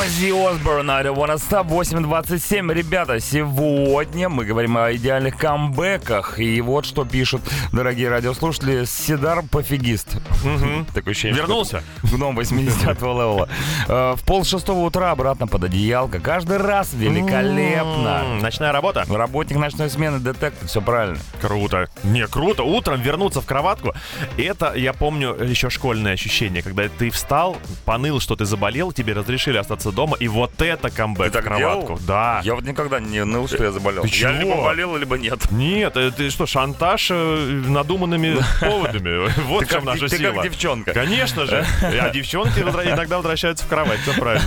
Speaker 2: Оззи Осборн, I don't wanna stop, 8.27. Ребята, сегодня мы говорим о идеальных камбэках. И вот что пишут, дорогие радиослушатели, Сидар пофигист. Такое ощущение, что
Speaker 3: Вернулся?
Speaker 2: Гном 80-го левела. Э, В пол шестого утра обратно под одеялко. Каждый раз великолепно.
Speaker 3: М, Ночная работа.
Speaker 2: Работник ночной смены, детектор, все правильно.
Speaker 3: Круто. Не, круто. Утром вернуться в кроватку. Это, я помню, еще школьное ощущение, когда ты встал, поныл, что ты заболел, тебе разрешили остаться дома, и вот это камбэк
Speaker 2: Ты так
Speaker 3: в кроватку.
Speaker 2: делал?
Speaker 3: Да.
Speaker 2: Я вот никогда не ныл, что я заболел.
Speaker 3: Ты
Speaker 2: Я
Speaker 3: чего?
Speaker 2: либо болел, либо нет.
Speaker 3: Нет, э, ты что, шантаж э, надуманными поводами? Вот
Speaker 2: Ты
Speaker 3: в чем
Speaker 2: как,
Speaker 3: наша
Speaker 2: дев- ты как
Speaker 3: сила.
Speaker 2: девчонка.
Speaker 3: Конечно же. А девчонки возра- иногда возвращаются в кровать, все правильно.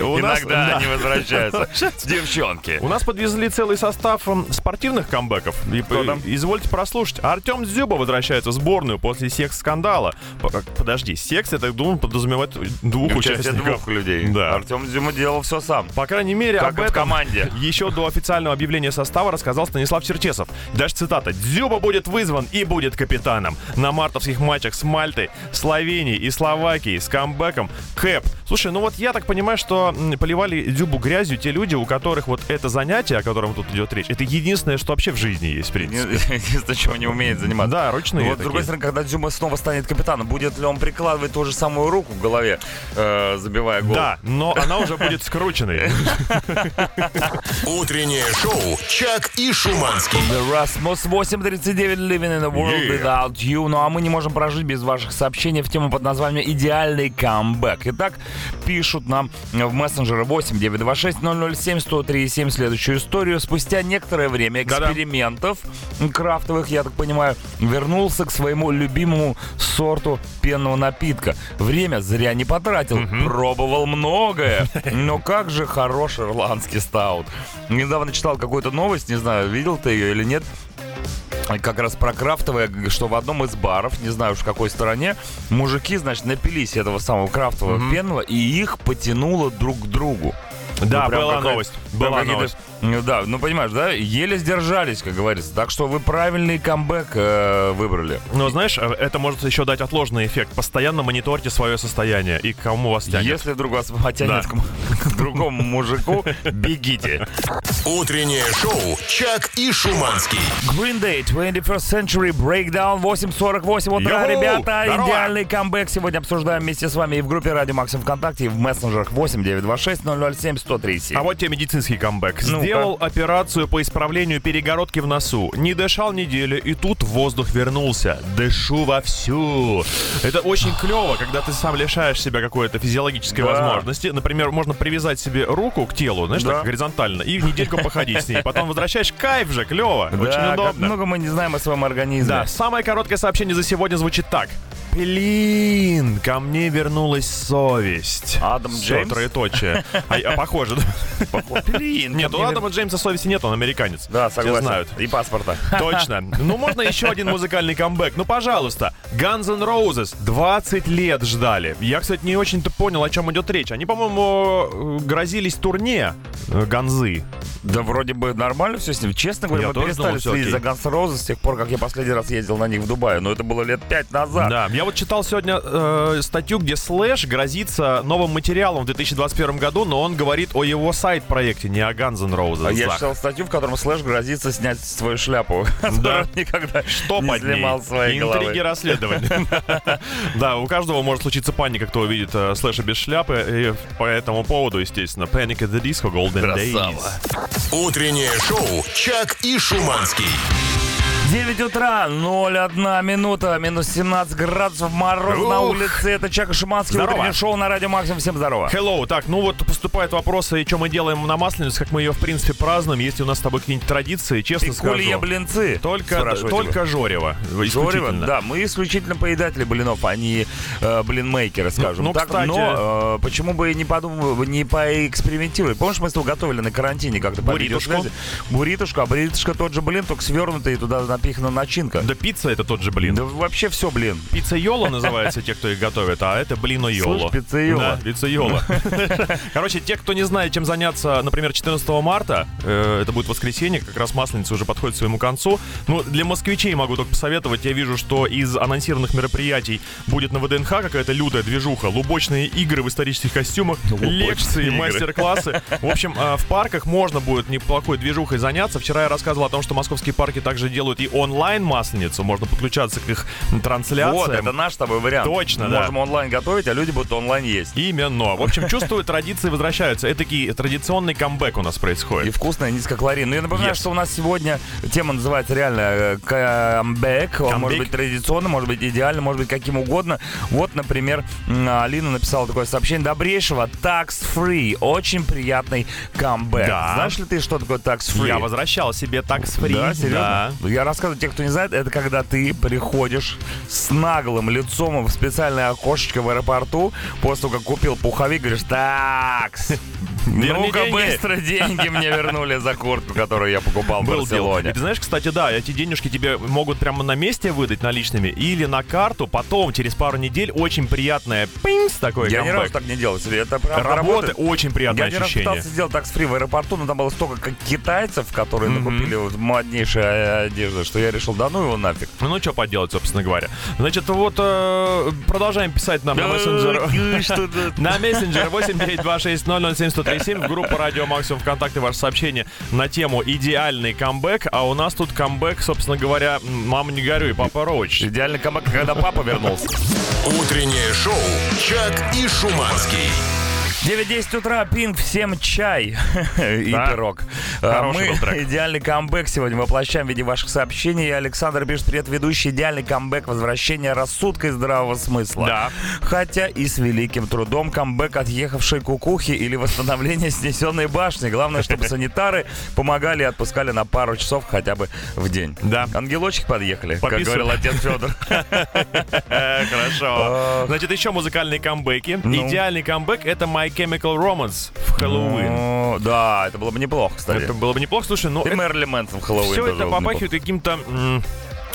Speaker 3: У нас-
Speaker 2: Иногда
Speaker 3: да.
Speaker 2: они возвращаются. Девчонки.
Speaker 3: У нас подвезли целый состав м, спортивных камбэков. И,
Speaker 2: Кто там?
Speaker 3: и- Извольте прослушать. Артем Дзюба возвращается в сборную после секс-скандала. П- как- Подожди, секс, я так думаю, подразумевает двух
Speaker 2: Участие
Speaker 3: участников.
Speaker 2: двух людей.
Speaker 3: Да.
Speaker 2: Артем Зюма делал все сам.
Speaker 3: По крайней мере,
Speaker 2: Как
Speaker 3: об
Speaker 2: и в
Speaker 3: этом
Speaker 2: команде.
Speaker 3: еще до официального объявления состава рассказал Станислав Черчесов. Даже цитата. «Дзюба будет вызван и будет капитаном. На мартовских матчах с Мальтой, Словенией и Словакией с камбэком Кэп». Слушай, ну вот я так понимаю, что м, поливали Дзюбу грязью те люди, у которых вот это занятие, о котором тут идет речь, это единственное, что вообще в жизни есть, в
Speaker 2: Не-
Speaker 3: принципе.
Speaker 2: Единственное, чего не умеет заниматься.
Speaker 3: Да,
Speaker 2: Ну
Speaker 3: ручные
Speaker 2: вот, с другой
Speaker 3: такие.
Speaker 2: стороны, когда Дзюба снова станет капитаном, будет ли он прикладывать ту же самую руку в голове, э, забивая гол?
Speaker 3: Да, но она уже будет
Speaker 2: Э,
Speaker 3: скрученной.
Speaker 2: ну,
Speaker 1: Утреннее шоу «Чак и Шуманский».
Speaker 2: The Rasmus 839 Living in a World
Speaker 3: Yeah.
Speaker 2: Without You. Ну а мы не можем прожить без ваших сообщений в тему под названием «Идеальный камбэк». Итак, пишут нам в мессенджеры 8926 007 1037 следующую историю. Спустя некоторое время
Speaker 3: Да-да.
Speaker 2: экспериментов крафтовых, я так понимаю, вернулся к своему любимому сорту пенного напитка. Время зря не потратил, пробовал многое. Но как же хорош ирландский стаут. Недавно читал какую-то новость, не знаю, видел ты ее или нет, Э, как раз про крафтовое, что в одном из баров, не знаю уж в какой стороне, мужики, значит, напились этого самого крафтового пенного, и их потянуло друг к другу.
Speaker 3: Да,
Speaker 2: Ну, прям
Speaker 3: была
Speaker 2: какая-
Speaker 3: новость.
Speaker 2: прям
Speaker 3: Была
Speaker 2: какие-то-
Speaker 3: новость.
Speaker 2: Ну Да, ну понимаешь, да, еле сдержались, как говорится. Так что вы правильный камбэк э, выбрали.
Speaker 3: Но знаешь, э, это может еще дать отложенный эффект. Постоянно мониторьте свое состояние и к кому вас тянет.
Speaker 2: Если вдруг вас потянет
Speaker 3: Да.
Speaker 2: к, м- к другому мужику, бегите.
Speaker 1: Утреннее шоу «Чак и Шуманский».
Speaker 2: Green Day, 21st Century Breakdown, 8.48 утра,
Speaker 3: Йоу!
Speaker 2: ребята.
Speaker 3: Здорово!
Speaker 2: Идеальный камбэк сегодня обсуждаем вместе с вами и в группе Радио Максим ВКонтакте, и в мессенджерах 8926 007 137.
Speaker 3: А вот тебе медицинский камбэк.
Speaker 2: Ну-ка.
Speaker 3: Сделал операцию по исправлению перегородки в носу. Не дышал неделю, и тут воздух вернулся. Дышу вовсю. Это очень клево, когда ты сам лишаешь себя какой-то физиологической
Speaker 2: Да.
Speaker 3: возможности. Например, можно привязать себе руку к телу, знаешь,
Speaker 2: Да.
Speaker 3: так, горизонтально, и недельку походить с ней. Потом возвращаешь. Кайф же, клево.
Speaker 2: Да,
Speaker 3: Очень
Speaker 2: как
Speaker 3: удобно.
Speaker 2: много мы не знаем о своем организме.
Speaker 3: Да, самое короткое сообщение за сегодня звучит так. Блин, ко мне вернулась совесть.
Speaker 2: Адам
Speaker 3: Всё,
Speaker 2: Джеймс?
Speaker 3: троеточие. А, а похоже. да.
Speaker 2: Блин,
Speaker 3: Нет,
Speaker 2: ко
Speaker 3: у
Speaker 2: мне
Speaker 3: Адама Джеймса совести нет, он американец.
Speaker 2: Да,
Speaker 3: Все
Speaker 2: согласен.
Speaker 3: знают.
Speaker 2: И паспорта.
Speaker 3: Точно. Ну, можно еще один музыкальный камбэк? Ну, пожалуйста. Guns N' Roses 20 лет ждали. Я, кстати, не очень-то понял, о чем идет речь. Они, по-моему, э, грозились турне э, Ганзы.
Speaker 2: Да вроде бы нормально все с ним. Честно говоря,
Speaker 3: Я
Speaker 2: мы
Speaker 3: тоже
Speaker 2: перестали
Speaker 3: думал, всё
Speaker 2: следить за
Speaker 3: окей.
Speaker 2: Guns N' Roses с тех пор, как я последний раз ездил на них в Дубае. Но это было лет пять назад.
Speaker 3: Да, я вот читал сегодня э, статью, где Слэш грозится новым материалом в 2021 году, но он говорит о его сайт-проекте, не о Guns N' Roses.
Speaker 2: А Я читал статью, в котором Слэш грозится снять свою шляпу, которую он никогда
Speaker 3: Кто
Speaker 2: не
Speaker 3: под ней?
Speaker 2: снимал своей
Speaker 3: Интриги
Speaker 2: головы.
Speaker 3: расследования. Да, у каждого может случиться паника, кто увидит э, Слэша без шляпы. И по этому поводу, естественно, Panic at the Disco, Golden Days.
Speaker 1: Утреннее шоу «Чак и Шуманский».
Speaker 2: 9 утра, 01 минута, минус 17 градусов, мороз на
Speaker 3: Ух.
Speaker 2: улице. Это Чак и Шуманский,
Speaker 3: Здорово.
Speaker 2: утреннее шоу на радио Максим. Всем здорово.
Speaker 3: Hello, так, ну вот поступают вопросы, и что мы делаем на Масленице, как мы ее, в принципе, празднуем, есть ли у нас с тобой какие-нибудь традиции, честно
Speaker 2: Пикулье
Speaker 3: скажу.
Speaker 2: блинцы.
Speaker 3: Только,
Speaker 2: спрашиваю тебя.
Speaker 3: только Жорева.
Speaker 2: Жорева,
Speaker 3: исключительно.
Speaker 2: да, мы исключительно поедатели блинов, а не э, блинмейкеры, скажем
Speaker 3: ну,
Speaker 2: так.
Speaker 3: кстати.
Speaker 2: Но э, почему бы и не подумал, не поэкспериментировать? Помнишь, мы с тобой готовили на карантине как-то по
Speaker 3: Буритушку.
Speaker 2: видеосвязи? Буритушку, а буритушка тот же блин, только свернутый, и туда напихана начинка.
Speaker 3: Да пицца это тот же блин.
Speaker 2: Да вообще все блин.
Speaker 3: Пицца Йола называется те, кто их готовит, а это блино Йола.
Speaker 2: Слышь, пиццейола.
Speaker 3: Да, пиццейола. Короче, те, кто не знает, чем заняться, например, 14 марта, э, это будет воскресенье, как раз Масленица уже подходит к своему концу. Ну, для москвичей могу только посоветовать. Я вижу, что из анонсированных мероприятий будет на ВДНХ какая-то лютая движуха, лубочные игры в исторических костюмах, лекции,
Speaker 2: игры.
Speaker 3: мастер-классы. В общем, э, в парках можно будет неплохой движухой заняться. Вчера я рассказывал о том, что московские парки также делают и онлайн-масленицу. Можно подключаться к их трансляциям.
Speaker 2: Вот, это наш с тобой вариант.
Speaker 3: Точно, да.
Speaker 2: Можем онлайн готовить, а люди будут онлайн есть.
Speaker 3: Именно. В общем, чувствую, традиции возвращаются. Это традиционный камбэк у нас
Speaker 2: И
Speaker 3: происходит.
Speaker 2: вкусная низкокалорийная. Ну, я напоминаю,
Speaker 3: Yes.
Speaker 2: что у нас сегодня тема называется реально э, камбэк. Он
Speaker 3: Камбэк.
Speaker 2: может быть традиционным, может быть идеальным, может быть каким угодно. Вот, например, м, Алина написала такое сообщение. Добрейшего tax-free. Очень приятный камбэк.
Speaker 3: Да.
Speaker 2: Знаешь ли ты, что такое tax-free?
Speaker 3: Я возвращал себе такс-фри.
Speaker 2: Да, серьезно? Ну, Я рассказываю тем, кто не знает, это когда ты приходишь с наглым лицом в специальное окошечко в аэропорту, после того, как купил пуховик, говоришь, такс,
Speaker 3: Верни
Speaker 2: ну-ка
Speaker 3: деньги».
Speaker 2: быстро деньги мне вернули за куртку, которую я покупал в
Speaker 3: Был дело. И
Speaker 2: Барселоне.
Speaker 3: ты знаешь, кстати, да, эти денежки тебе могут прямо на месте выдать наличными или на карту. Потом, через пару недель, очень приятное пинс такой
Speaker 2: Я ни разу
Speaker 3: камбэк.
Speaker 2: так не делал себе, это правда
Speaker 3: Работы
Speaker 2: работает.
Speaker 3: очень приятное
Speaker 2: Я не раз
Speaker 3: ощущение.
Speaker 2: пытался сделать такс-фри в аэропорту, но там было столько как китайцев, которые
Speaker 3: Мгм.
Speaker 2: накупили вот моднейшие э, одежды, что я решил, да ну его нафиг.
Speaker 3: Ну, что поделать, собственно говоря. Значит, вот э, продолжаем писать нам на мессенджер. На мессенджер 8926007137 в группу Радио Максимум ВКонтакте ваше сообщение на тему «Идеальный камбэк», а у нас тут камбэк, собственно говоря, м, «Мама не горюй, папа роуч».
Speaker 2: Идеальный комбат, когда папа вернулся.
Speaker 1: Утреннее шоу «Чак и Шуманский».
Speaker 2: 9.10 утра, пинг, всем чай и
Speaker 3: Да.
Speaker 2: пирог. А,
Speaker 3: Хороший
Speaker 2: Мы
Speaker 3: был трек.
Speaker 2: идеальный камбэк сегодня воплощаем в виде ваших сообщений. И Александр пишет, привет, ведущий, идеальный камбэк, возвращение рассудка и здравого смысла.
Speaker 3: Да.
Speaker 2: Хотя и с великим трудом камбэк отъехавшей кукухи или восстановление снесенной башни. Главное, чтобы санитары помогали и отпускали на пару часов хотя бы в день.
Speaker 3: Да.
Speaker 2: Ангелочки подъехали, как
Speaker 3: Пописывали.
Speaker 2: говорил отец Федор.
Speaker 3: Э, Хорошо. Значит, еще музыкальные камбэки.
Speaker 2: Ну.
Speaker 3: Идеальный камбэк — это My Chemical Romance в Хэллоуин.
Speaker 2: Ну, Да, это было бы неплохо, кстати.
Speaker 3: Это было бы неплохо. Слушай, ну
Speaker 2: И
Speaker 3: это-
Speaker 2: Мэрли Мэнсон в Хэллоуин
Speaker 3: все
Speaker 2: тоже было
Speaker 3: это
Speaker 2: бы неплохо.
Speaker 3: попахивает каким-то... м,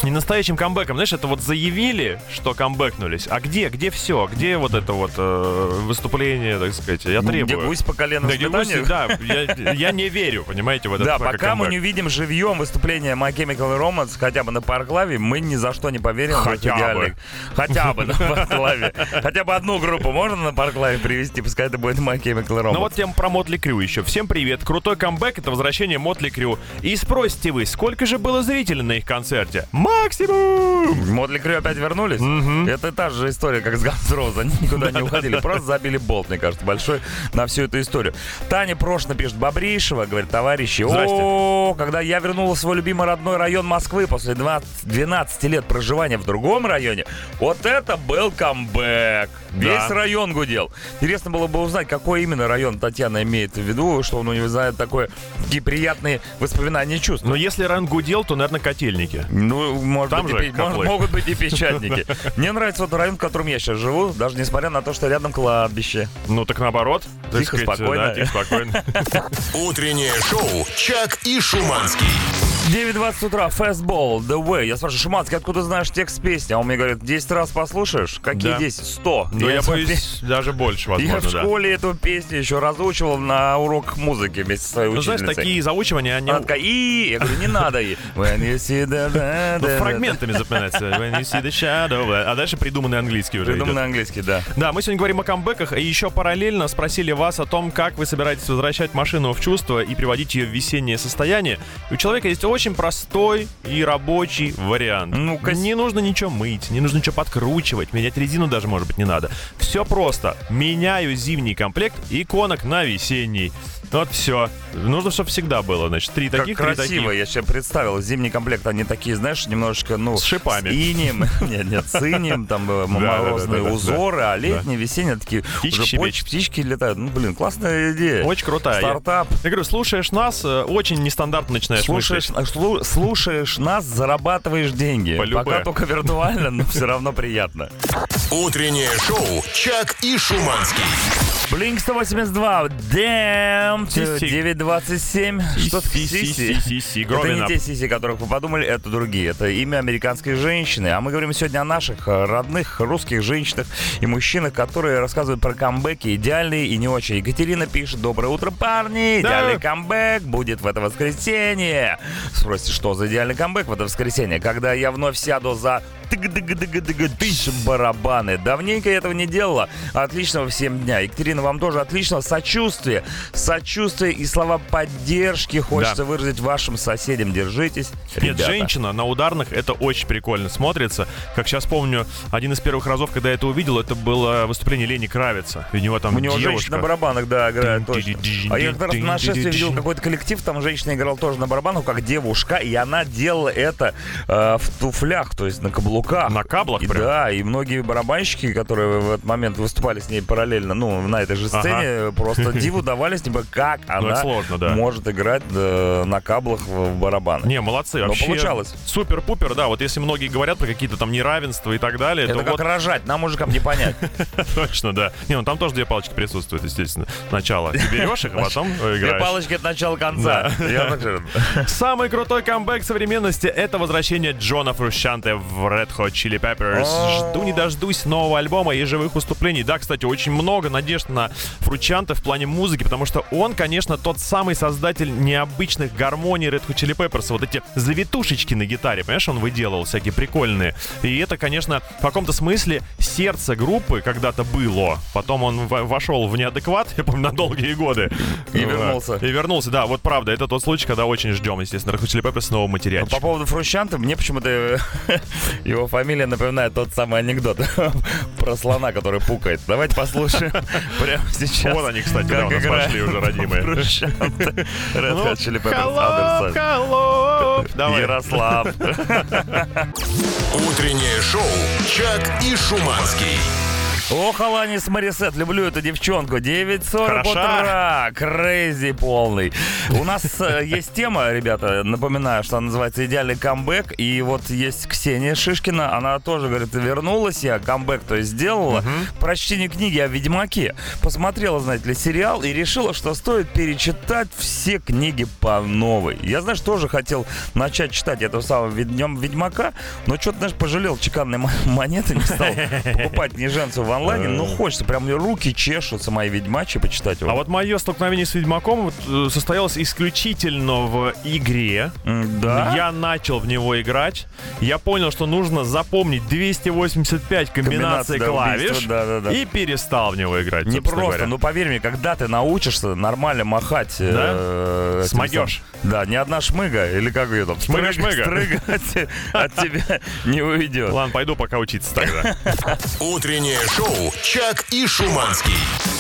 Speaker 3: ненастоящим камбэком. Знаешь, это вот заявили, что камбэкнулись. А где? Где все? Где вот это вот э, выступление, так сказать? Я требую.
Speaker 2: Где гусь Ну, по колено
Speaker 3: Да,
Speaker 2: в
Speaker 3: где
Speaker 2: сметане?
Speaker 3: гуси, да, я, я не верю, понимаете, в этот
Speaker 2: Да,
Speaker 3: пока
Speaker 2: пока мы
Speaker 3: камбэк.
Speaker 2: не увидим живьем выступление My Chemical Romance хотя бы на Парклаве, мы ни за что не поверим в
Speaker 3: Хотя
Speaker 2: их идеальный-
Speaker 3: бы.
Speaker 2: Хотя бы на Парклаве. Хотя бы одну группу можно на Парклаве привести, пускай это будет My Chemical Romance.
Speaker 3: Ну вот тем про Мотли Крю еще. Всем привет. Крутой камбэк — это возвращение Мотли Крю. И спросите вы, сколько же было зрителей на их концерте? Максимум!
Speaker 2: Модли Крю опять вернулись. Это та же история, как с Guns N' Roses. Они никуда не уходили. Просто забили болт, мне кажется, большой на всю эту историю. Таня Прошна пишет Бобрейшего, говорит, товарищи,
Speaker 3: Здрасте.
Speaker 2: о, когда я вернула свой любимый родной район Москвы после 20 12 лет проживания в другом районе, вот это был камбэк. Весь район гудел. Интересно было бы узнать, какой именно район Татьяна имеет в виду, что он у него знает такое, такие приятные воспоминания и чувства.
Speaker 3: Но если Ран гудел, то, наверное, котельники.
Speaker 2: Ну, может
Speaker 3: Там
Speaker 2: быть, и
Speaker 3: же
Speaker 2: пе- мож-
Speaker 3: котлы.
Speaker 2: могут быть и печатники. Мне нравится вот район, в котором я сейчас живу, даже несмотря на то, что рядом кладбище.
Speaker 3: Ну так наоборот. так
Speaker 2: Тихо,
Speaker 3: сказать,
Speaker 2: спокойно.
Speaker 3: да, тихо, спокойно.
Speaker 1: Утреннее шоу «Чак и Шуманский».
Speaker 2: 9.20 утра, фастбол, The Way. Я спрашиваю, Шуманский, откуда знаешь текст песни? А он мне говорит, 10 раз послушаешь? Какие
Speaker 3: Да.
Speaker 2: 10? 100.
Speaker 3: Но Ну, я
Speaker 2: эту песню-
Speaker 3: боюсь, даже больше,
Speaker 2: Я в
Speaker 3: возможно, да.
Speaker 2: школе эту песню еще разучивал на урок музыки вместе со своей
Speaker 3: Ну, знаешь,
Speaker 2: учительницей.
Speaker 3: такие заучивания, они
Speaker 2: Она такая, и я говорю, не надо. и When you see the- the-
Speaker 3: ну,
Speaker 2: the-
Speaker 3: фрагментами запоминаются. When you see the shadow. А дальше придуманный английский уже идет.
Speaker 2: Придуман на английский, да.
Speaker 3: Да, мы сегодня говорим о камбэках, и еще параллельно спросили вас о том, как вы собираетесь возвращать машину в чувство и приводить ее в весеннее состояние. И у человека есть очень простой и рабочий вариант.
Speaker 2: Ну-ка.
Speaker 3: Не нужно ничего мыть, не нужно ничего подкручивать, менять резину даже, может быть, не надо. Все просто. Меняю зимний комплект иконок на весенний. Вот все. Нужно, чтобы всегда было, значит, три
Speaker 2: Как
Speaker 3: таких, три
Speaker 2: красиво,
Speaker 3: таких.
Speaker 2: я себе представил. Зимний комплект, они такие, знаешь, немножечко, ну...
Speaker 3: С шипами.
Speaker 2: С инеем. Нет, нет, с инеем, там э,
Speaker 3: да,
Speaker 2: морозные
Speaker 3: да, да,
Speaker 2: узоры, а летние, весенние, такие
Speaker 3: Птички
Speaker 2: уже поч-
Speaker 3: щебечут.
Speaker 2: птички летают. Ну, блин, классная идея.
Speaker 3: Очень крутая.
Speaker 2: Стартап.
Speaker 3: Я говорю, слушаешь нас, э, очень нестандартно начинаешь
Speaker 2: Слушаешь,
Speaker 3: мыслить.
Speaker 2: слу- слушаешь нас, зарабатываешь деньги.
Speaker 3: Полюбэ.
Speaker 2: Пока только виртуально, но все равно приятно.
Speaker 1: Утреннее шоу «Чак и Шуманский».
Speaker 2: Блинк 182, дэм,
Speaker 3: Сиси.
Speaker 2: 927. Что с сиси?
Speaker 3: Си-си-си-си-си,
Speaker 2: Это
Speaker 3: Громина.
Speaker 2: не те сиси, которых вы подумали, это другие. Это имя американской женщины. А мы говорим сегодня о наших э, родных русских женщинах и мужчинах, которые рассказывают про камбэки, идеальные и не очень. Екатерина пишет, доброе утро, парни,
Speaker 3: Да.
Speaker 2: идеальный камбэк будет в это воскресенье. Спросите, что за идеальный камбэк в это воскресенье, когда я вновь сяду за тык-дык-дык-дык-дыш барабаны. Давненько я этого не делала. Отличного всем дня. Екатерина, вам тоже отличного сочувствия. Сочувствие и слова поддержки хочется
Speaker 3: Да.
Speaker 2: выразить вашим соседям. Держитесь,
Speaker 3: Нет,
Speaker 2: ребята.
Speaker 3: женщина на ударных, это очень прикольно смотрится. Как сейчас помню, один из первых разов, когда я это увидел, это было выступление Лени Кравица. И у него там
Speaker 2: У него женщина
Speaker 3: девушка.
Speaker 2: на барабанах, да, играет точно.
Speaker 3: Дин-ди-ди-дин,
Speaker 2: А я как раз на нашествии видел
Speaker 3: дин-ди-ди-дин.
Speaker 2: какой-то коллектив, там женщина играла тоже на барабанах, как девушка, и она делала это э, в туфлях, то есть на каблуках.
Speaker 3: На каблах
Speaker 2: И
Speaker 3: прям?
Speaker 2: Да, и многие барабанщики, которые в этот момент выступали с ней параллельно, ну, на этой же
Speaker 3: Ага. Ну,
Speaker 2: сцене, просто диву давались, типа, как
Speaker 3: это
Speaker 2: она
Speaker 3: сложно, да.
Speaker 2: может играть э, на каблах в в барабаны.
Speaker 3: Не, молодцы,
Speaker 2: Но
Speaker 3: вообще
Speaker 2: получалось.
Speaker 3: Супер-пупер, да, вот если многие говорят про какие-то там неравенства и так далее,
Speaker 2: это
Speaker 3: то
Speaker 2: как
Speaker 3: вот
Speaker 2: рожать, нам, мужикам, не понять.
Speaker 3: точно, да. Не, ну там тоже две палочки присутствуют, естественно. Сначала ты берешь их, а потом э,
Speaker 2: Две
Speaker 3: играешь.
Speaker 2: палочки — это начало конца. Я так же-
Speaker 3: Самый крутой камбэк современности — это возвращение Джона Фрущанте в Red Hot Chili Peppers.
Speaker 2: О.
Speaker 3: Жду не дождусь нового альбома и живых выступлений. Да, кстати, очень много надежд на Фрущанте в плане музыки, потому что он, конечно, тот самый создатель необычных гармоний Red Hot Chili Peppers. Вот эти завитушечки на гитаре, понимаешь, он выделывал всякие прикольные. И это, конечно, в каком-то смысле сердце группы когда-то было. Потом он в- вошел в неадекват, я помню, на долгие годы.
Speaker 2: И
Speaker 3: Да.
Speaker 2: вернулся.
Speaker 3: И вернулся, да, вот правда, это тот случай, когда очень ждем, естественно, Red Hot Chili Peppers снова
Speaker 2: Ну, По
Speaker 3: материальчик.
Speaker 2: поводу Фрущанта, мне почему-то э, его фамилия напоминает тот самый анекдот про слона, который пукает. Давайте послушаем прямо сейчас.
Speaker 3: Вот они, кстати, да,
Speaker 2: как
Speaker 3: у нас
Speaker 2: играет
Speaker 3: пошли уже, родимые.
Speaker 2: Фрущанте. Red
Speaker 3: Ну,
Speaker 2: Hot Chili Peppers,
Speaker 3: холоп,
Speaker 2: Other Side.
Speaker 3: холоп. Давай.
Speaker 2: Ярослав.
Speaker 1: Утреннее шоу «Чак и Шуманский».
Speaker 2: Ох, Аланис Марисет, люблю эту девчонку. 9.40
Speaker 3: Хороша.
Speaker 2: утра. Крейзи полный. У нас э, есть тема, ребята, напоминаю, что она называется «Идеальный камбэк». И вот есть Ксения Шишкина, она тоже говорит, вернулась я, камбэк то есть сделала. Прочтение книги о Ведьмаке. Посмотрела, знаете ли, сериал и решила, что стоит перечитать все книги по новой. Я, знаешь, тоже хотел начать читать этого самого «Ведьм- Ведьмака, но что-то, знаешь, пожалел чеканные мо- монеты, не стал покупать неженцев в онлайне. Но хочется, прям мне руки чешутся мои ведьмачи почитать его.
Speaker 3: А вот мое столкновение с Ведьмаком вот, э, состоялось исключительно в игре.
Speaker 2: М, да?
Speaker 3: Я начал в него играть. Я понял, что нужно запомнить 285 комбинаций
Speaker 2: Комбинация, да,
Speaker 3: клавиш.
Speaker 2: убийство, да-да-да.
Speaker 3: И перестал в него играть.
Speaker 2: Не
Speaker 3: собственно
Speaker 2: просто,
Speaker 3: говоря.
Speaker 2: ну поверь мне, когда ты научишься нормально махать... э, этим
Speaker 3: Смогёшь.
Speaker 2: сам- Да, ни одна шмыга, или как ее там,
Speaker 3: Шмыга,
Speaker 2: стрыг-
Speaker 3: шмыга.
Speaker 2: стрыга от те- от тебя не уйдет.
Speaker 3: Ладно, пойду пока учиться тогда.
Speaker 1: Утреннее шоу «Чак и Шуманский».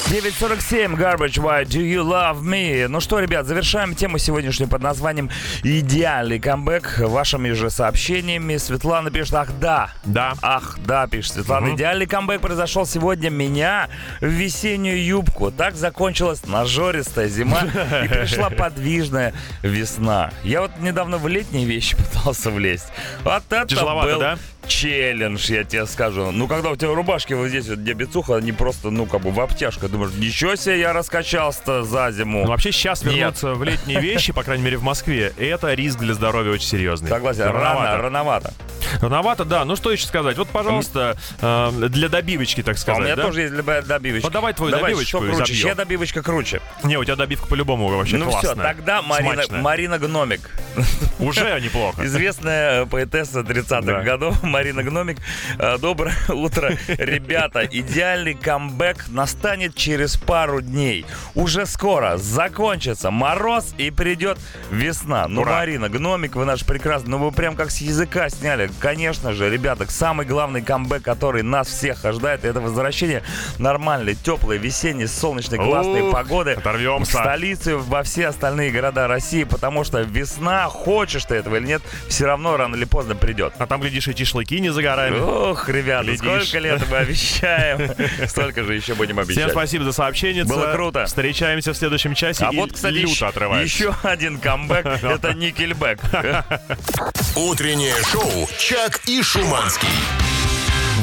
Speaker 2: 9.47, Garbage Why Do You Love Me? Ну что, ребят, завершаем тему сегодняшнюю под названием «Идеальный камбэк» вашими же сообщениями. Светлана пишет «Ах, да».
Speaker 3: Да.
Speaker 2: Ах, да, пишет Светлана. Идеальный камбэк произошел сегодня меня в весеннюю юбку. Так закончилась нажористая зима и пришла подвижная весна. Я вот недавно в летние вещи пытался влезть. Вот это
Speaker 3: Тяжеловато,
Speaker 2: был
Speaker 3: да?
Speaker 2: челлендж, я тебе скажу. Ну, когда у тебя рубашки вот здесь вот, где бицуха, они просто, ну, как бы в обтяжку. Думаешь, ничего себе, я раскачался-то за зиму.
Speaker 3: Ну, вообще сейчас
Speaker 2: Нет.
Speaker 3: вернуться в летние вещи, по крайней мере в Москве, это риск для здоровья очень серьезный.
Speaker 2: Согласен, рано,
Speaker 3: Рановато.
Speaker 2: рановато.
Speaker 3: Рановато, да. Ну что еще сказать? Вот, пожалуйста, э, для добивочки,
Speaker 2: А
Speaker 3: так
Speaker 2: у
Speaker 3: сказать.
Speaker 2: меня
Speaker 3: да?
Speaker 2: тоже есть для- добивочка.
Speaker 3: Вот давай твою
Speaker 2: Давай,
Speaker 3: добивочку
Speaker 2: что
Speaker 3: и
Speaker 2: круче?
Speaker 3: забьем.
Speaker 2: Чья добивочка круче?
Speaker 3: Не, у тебя добивка по-любому вообще
Speaker 2: ну
Speaker 3: классная.
Speaker 2: все, тогда Марина,
Speaker 3: смачная.
Speaker 2: Марина Гномик,
Speaker 3: Уже неплохо.
Speaker 2: известная э, поэтесса 30-х
Speaker 3: Да.
Speaker 2: годов, Марина Гномик. Э, Доброе утро, ребята. Идеальный камбэк настанет через пару дней. Уже скоро закончится мороз и придет весна. Ну,
Speaker 3: Ура.
Speaker 2: Марина Гномик, вы наш прекрасный, ну вы прям как с языка сняли. Конечно же, ребята, самый главный камбэк, который нас всех ожидает, это возвращение нормальной, теплой, весенней, солнечной, классной
Speaker 3: Ух,
Speaker 2: погоды.
Speaker 3: оторвемся.
Speaker 2: В столице, во все остальные города России, потому что весна, хочешь ты этого или нет, все равно рано или поздно придет.
Speaker 3: А там, глядишь, и чешлыки не за горами.
Speaker 2: Ох, ребята,
Speaker 3: Глядишь.
Speaker 2: сколько лет мы обещаем, столько же еще будем
Speaker 3: Всем
Speaker 2: обещать.
Speaker 3: спасибо за сообщение.
Speaker 2: Было круто.
Speaker 3: Встречаемся в следующем часе.
Speaker 2: А
Speaker 3: и
Speaker 2: вот, кстати,
Speaker 3: люто
Speaker 2: еще-
Speaker 3: отрываешься.
Speaker 2: еще один камбэк, это Никельбэк.
Speaker 1: Утреннее шоу «Чак и Шуманский».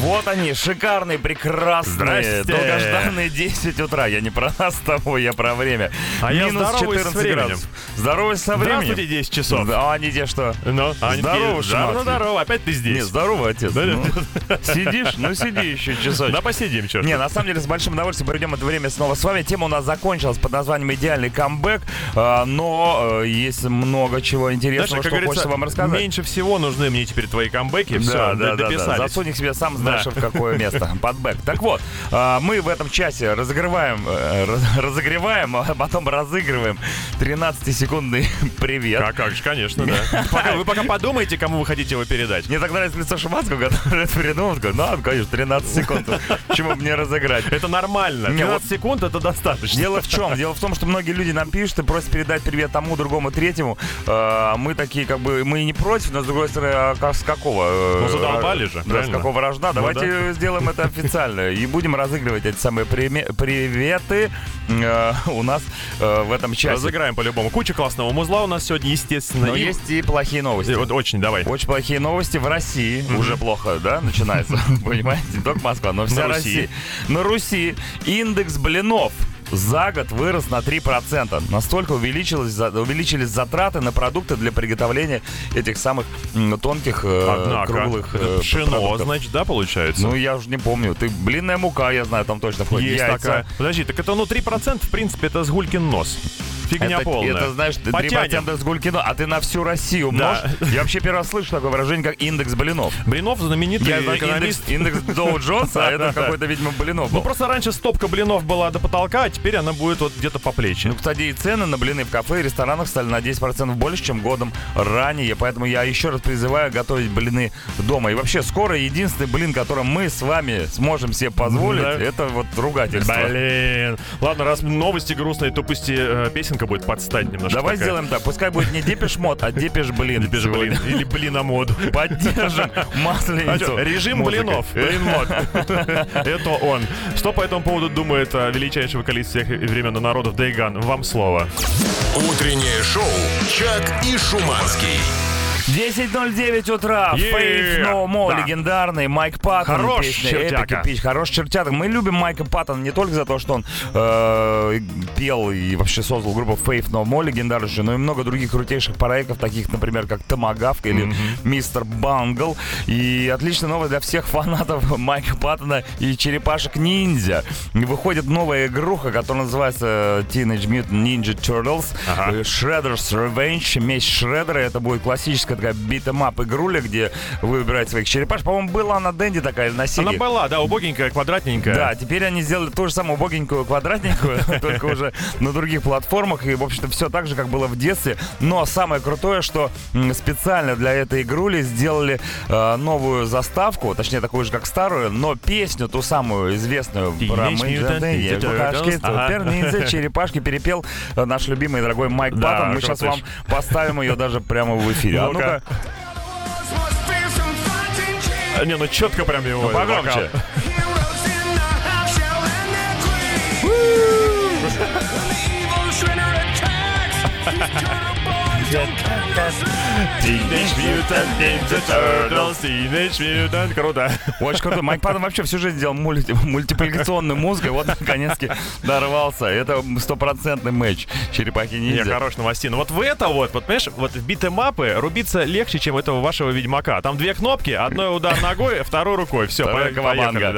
Speaker 2: Вот они, шикарные, прекрасные,
Speaker 3: Здрасте.
Speaker 2: долгожданные 10 утра. Я не про нас с тобой, я про время.
Speaker 3: А я
Speaker 2: Минус
Speaker 3: здороваюсь с
Speaker 2: 14
Speaker 3: временем.
Speaker 2: градусов. Здороваюсь со временем.
Speaker 3: Здравствуйте, 10 часов.
Speaker 2: Да, А они те что?
Speaker 3: Ну, а они такие,
Speaker 2: Здорово,
Speaker 3: здорово,
Speaker 2: Шуманский.
Speaker 3: здорово, опять ты
Speaker 2: Не,
Speaker 3: здесь.
Speaker 2: здорово, отец.
Speaker 3: Да,
Speaker 2: Ну, Сидишь? Ну сиди еще часочек.
Speaker 3: Да посидим, черт.
Speaker 2: Не, на самом деле, с большим удовольствием проведем это время снова с вами. Тема у нас закончилась под названием «Идеальный камбэк», а, но э, есть много чего
Speaker 3: Знаешь,
Speaker 2: интересного,
Speaker 3: как
Speaker 2: что
Speaker 3: говорится,
Speaker 2: хочется вам рассказать.
Speaker 3: меньше всего нужны мне теперь твои камбэки. Все,
Speaker 2: да, да, да, да.
Speaker 3: дописались.
Speaker 2: Засунь их себе сам знаешь,
Speaker 3: Да.
Speaker 2: в какое место. Под бэк. Так вот, а, мы в этом часе разогреваем, э, раз- разогреваем, а потом разыгрываем 13-секундный привет.
Speaker 3: А как же, конечно, да. Пока- Вы пока подумайте, кому вы хотите его передать.
Speaker 2: Мне так нравится лицо Шуманского, который это придумал. Он такой, ну, ладно, конечно, 13 секунд. Почему бы мне разыграть?
Speaker 3: Это нормально.
Speaker 2: Не,
Speaker 3: 15 секунд это достаточно.
Speaker 2: Дело в чем? Дело в том, что многие люди нам пишут и просят передать привет тому, другому, третьему. Э, Мы такие, как бы, мы и не против, но с другой стороны, а как- с какого? э,
Speaker 3: Ну, задолбали же,
Speaker 2: Да, с
Speaker 3: правильно? Ну
Speaker 2: какого рожна. Давайте сделаем это официально. И будем разыгрывать эти самые преме- приветы э, у нас э, в этом часе.
Speaker 3: Разыграем по-любому. Куча классного музла у нас сегодня, естественно.
Speaker 2: Но
Speaker 3: И-
Speaker 2: есть э, и плохие
Speaker 3: и
Speaker 2: новости.
Speaker 3: Вот очень, давай.
Speaker 2: Очень плохие новости в России. Уже плохо, да, начинается. Понимаете, не только Москва, но вся
Speaker 3: На
Speaker 2: Россия.
Speaker 3: Руси.
Speaker 2: На Руси индекс блинов за год вырос на 3%. Настолько увеличилось, за- увеличились затраты на продукты для приготовления этих самых м, тонких э,
Speaker 3: Однако,
Speaker 2: круглых
Speaker 3: это
Speaker 2: э,
Speaker 3: пшено,
Speaker 2: продуктов.
Speaker 3: значит, да, получается?
Speaker 2: Ну, я уже не помню. Ты блинная мука, я знаю, там точно входит.
Speaker 3: есть
Speaker 2: Ну, Яйца.
Speaker 3: такая. Подожди, так это, ну, 3%, в принципе, это с гулькин нос. Фигня
Speaker 2: Это,
Speaker 3: полная.
Speaker 2: это, знаешь, 3%
Speaker 3: Потянем.
Speaker 2: с гулькино, а ты на всю Россию
Speaker 3: Да.
Speaker 2: умножь. Я вообще первый раз слышу такое выражение, как индекс блинов.
Speaker 3: Блинов знаменитый
Speaker 2: Я знаю, индекс,
Speaker 3: экономист.
Speaker 2: индекс Доу Джонса, а это
Speaker 3: Да-да-да.
Speaker 2: какой-то, видимо, блинов
Speaker 3: Ну,
Speaker 2: был.
Speaker 3: просто раньше стопка блинов была до потолка, а теперь она будет вот где-то по плечи.
Speaker 2: Ну, кстати, и цены на блины в кафе и ресторанах стали на 10% больше, чем годом ранее. Поэтому я еще раз призываю готовить блины дома. И вообще, скоро единственный блин, который мы с вами сможем себе позволить,
Speaker 3: Да.
Speaker 2: это вот ругательство.
Speaker 3: Блин. Ладно, раз новости грустные, то пусть и э, песенка будет подстать немножко.
Speaker 2: Давай
Speaker 3: такая.
Speaker 2: сделаем так. Пускай будет не депеш мод, а депеш блин.
Speaker 3: Без блин.
Speaker 2: сегодня.
Speaker 3: Или блиномод.
Speaker 2: Поддержим
Speaker 3: А
Speaker 2: масленицу.
Speaker 3: чё, Режим
Speaker 2: Музыкой.
Speaker 3: блинов. Блинмод. Это он. Что по этому поводу думает э, величайший вокалист всех времен и народов Дейган? Вам слово.
Speaker 1: Утреннее шоу «Чак и Шуманский».
Speaker 2: 10.09 утра.
Speaker 3: Е-е-е.
Speaker 2: Faith No More.
Speaker 3: Да.
Speaker 2: Легендарный Майк Паттон.
Speaker 3: Хорош
Speaker 2: Песня
Speaker 3: чертяка.
Speaker 2: Эпик и пич. Хорош чертяка. Мы любим Майка Паттона не только за то, что он э, пел и вообще создал группу Faith No More легендарную, но и много других крутейших проектов, таких, например, как Томагавка или Мистер Бангл. И отличная новость для всех фанатов Майка Паттона и Черепашек Ниндзя. Выходит новая игруха, которая называется Э, Teenage Mutant Ninja Turtles. Shredder's Revenge. Месть Шреддера. Это будет классическая такая битэмап игруля, где вы выбираете своих черепаш. По-моему, была она Дэнди такая на Сеге.
Speaker 3: Она была, да, убогенькая, квадратненькая.
Speaker 2: Да, теперь они сделали ту же самую убогенькую квадратненькую, только уже на других платформах. И, в общем-то, все так же, как было в детстве. Но самое крутое, что м, специально для этой игрули сделали э, новую заставку, точнее, такую же, как старую, но песню, ту самую известную про
Speaker 3: Teenage Mutant Ninja Turtles. Ага.
Speaker 2: Перницы, черепашки перепел э, наш любимый и дорогой Майк
Speaker 3: Да,
Speaker 2: Баттон. Мы сейчас
Speaker 3: круто.
Speaker 2: вам поставим ее даже прямо в эфире. А ну-ка.
Speaker 3: Ну-ка. А, Не, ну четко прям его.
Speaker 2: Ну, погромче.
Speaker 3: вокал. Teenage Mutant Ninja Turtles, Teenage Mutant. Круто.
Speaker 2: Очень круто. Майк Падон вообще всю жизнь делал мульти- мультипликационную музыку, и вот наконец-таки дорвался. Это стопроцентный матч черепахи
Speaker 3: Не,
Speaker 2: ниндзя.
Speaker 3: хорош новостей. Ну вот в это вот, вот понимаешь, вот в биты-мапы рубиться легче, чем этого вашего ведьмака. Там две кнопки, одной удар ногой, второй рукой. Все,
Speaker 2: Второй
Speaker 3: поехали.
Speaker 2: кавабанга.